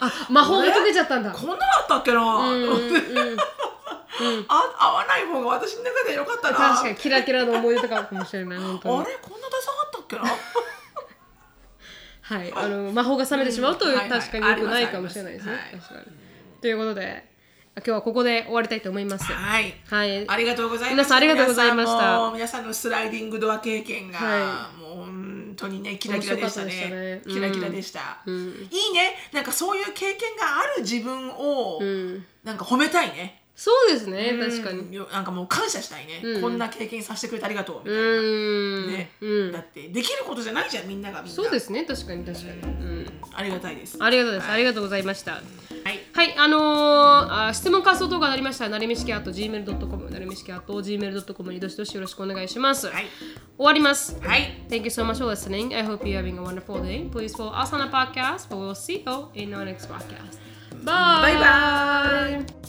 A: あ魔法が解けちゃったんだ。
B: こんなだったっけな、
A: うんうんうん
B: あ合わない方が私の中では良かったな
A: 確かにキラキラの思い出とかかもしれない本
B: あれこん
A: 当
B: な
A: に。
B: ダサかったっけな
A: はい、あの魔法が覚めてしまうと
B: うんはいはい
A: 確かに良くないかもしれないですね。
B: あります
A: 確かにということで今日はここで終わりたいと思います。
B: はい
A: はい。
B: ありがとうござい
A: 皆
B: ます
A: さんありがとうございました
B: 皆さんも皆さんのスライディングドア経験が、
A: は
B: もう本当にねキラキラでしたね
A: 面白かったですねうん
B: キラキラでした、
A: うん
B: いいねなんかそういう経験がある自分を、
A: うん、
B: なんか褒めたいね
A: そうですね、確かに。
B: になんかもう感謝したいね、
A: うん
B: こんな経験させてくれてありがとうみた
A: う
B: いな、
A: ん、
B: ね
A: うん
B: だってできることじゃないじゃんみんながみんな
A: そうですね、確かに確かに。うん、
B: ありがたいです
A: ありがとうございます、
B: はい
A: ありがとうございました。
B: はい
A: はい、あのー、あ質問感想等がなりましたら、なりみしきあと gmail.com、なりみしきあと gmail.com にどしどしよろしくお願いします。
B: はい
A: 終わります。
B: はい
A: Thank you so much for listening. I hope you're having a wonderful day. Please follow us on the podcast, but we'll see you in our next podcast. Bye!
B: Bye-bye.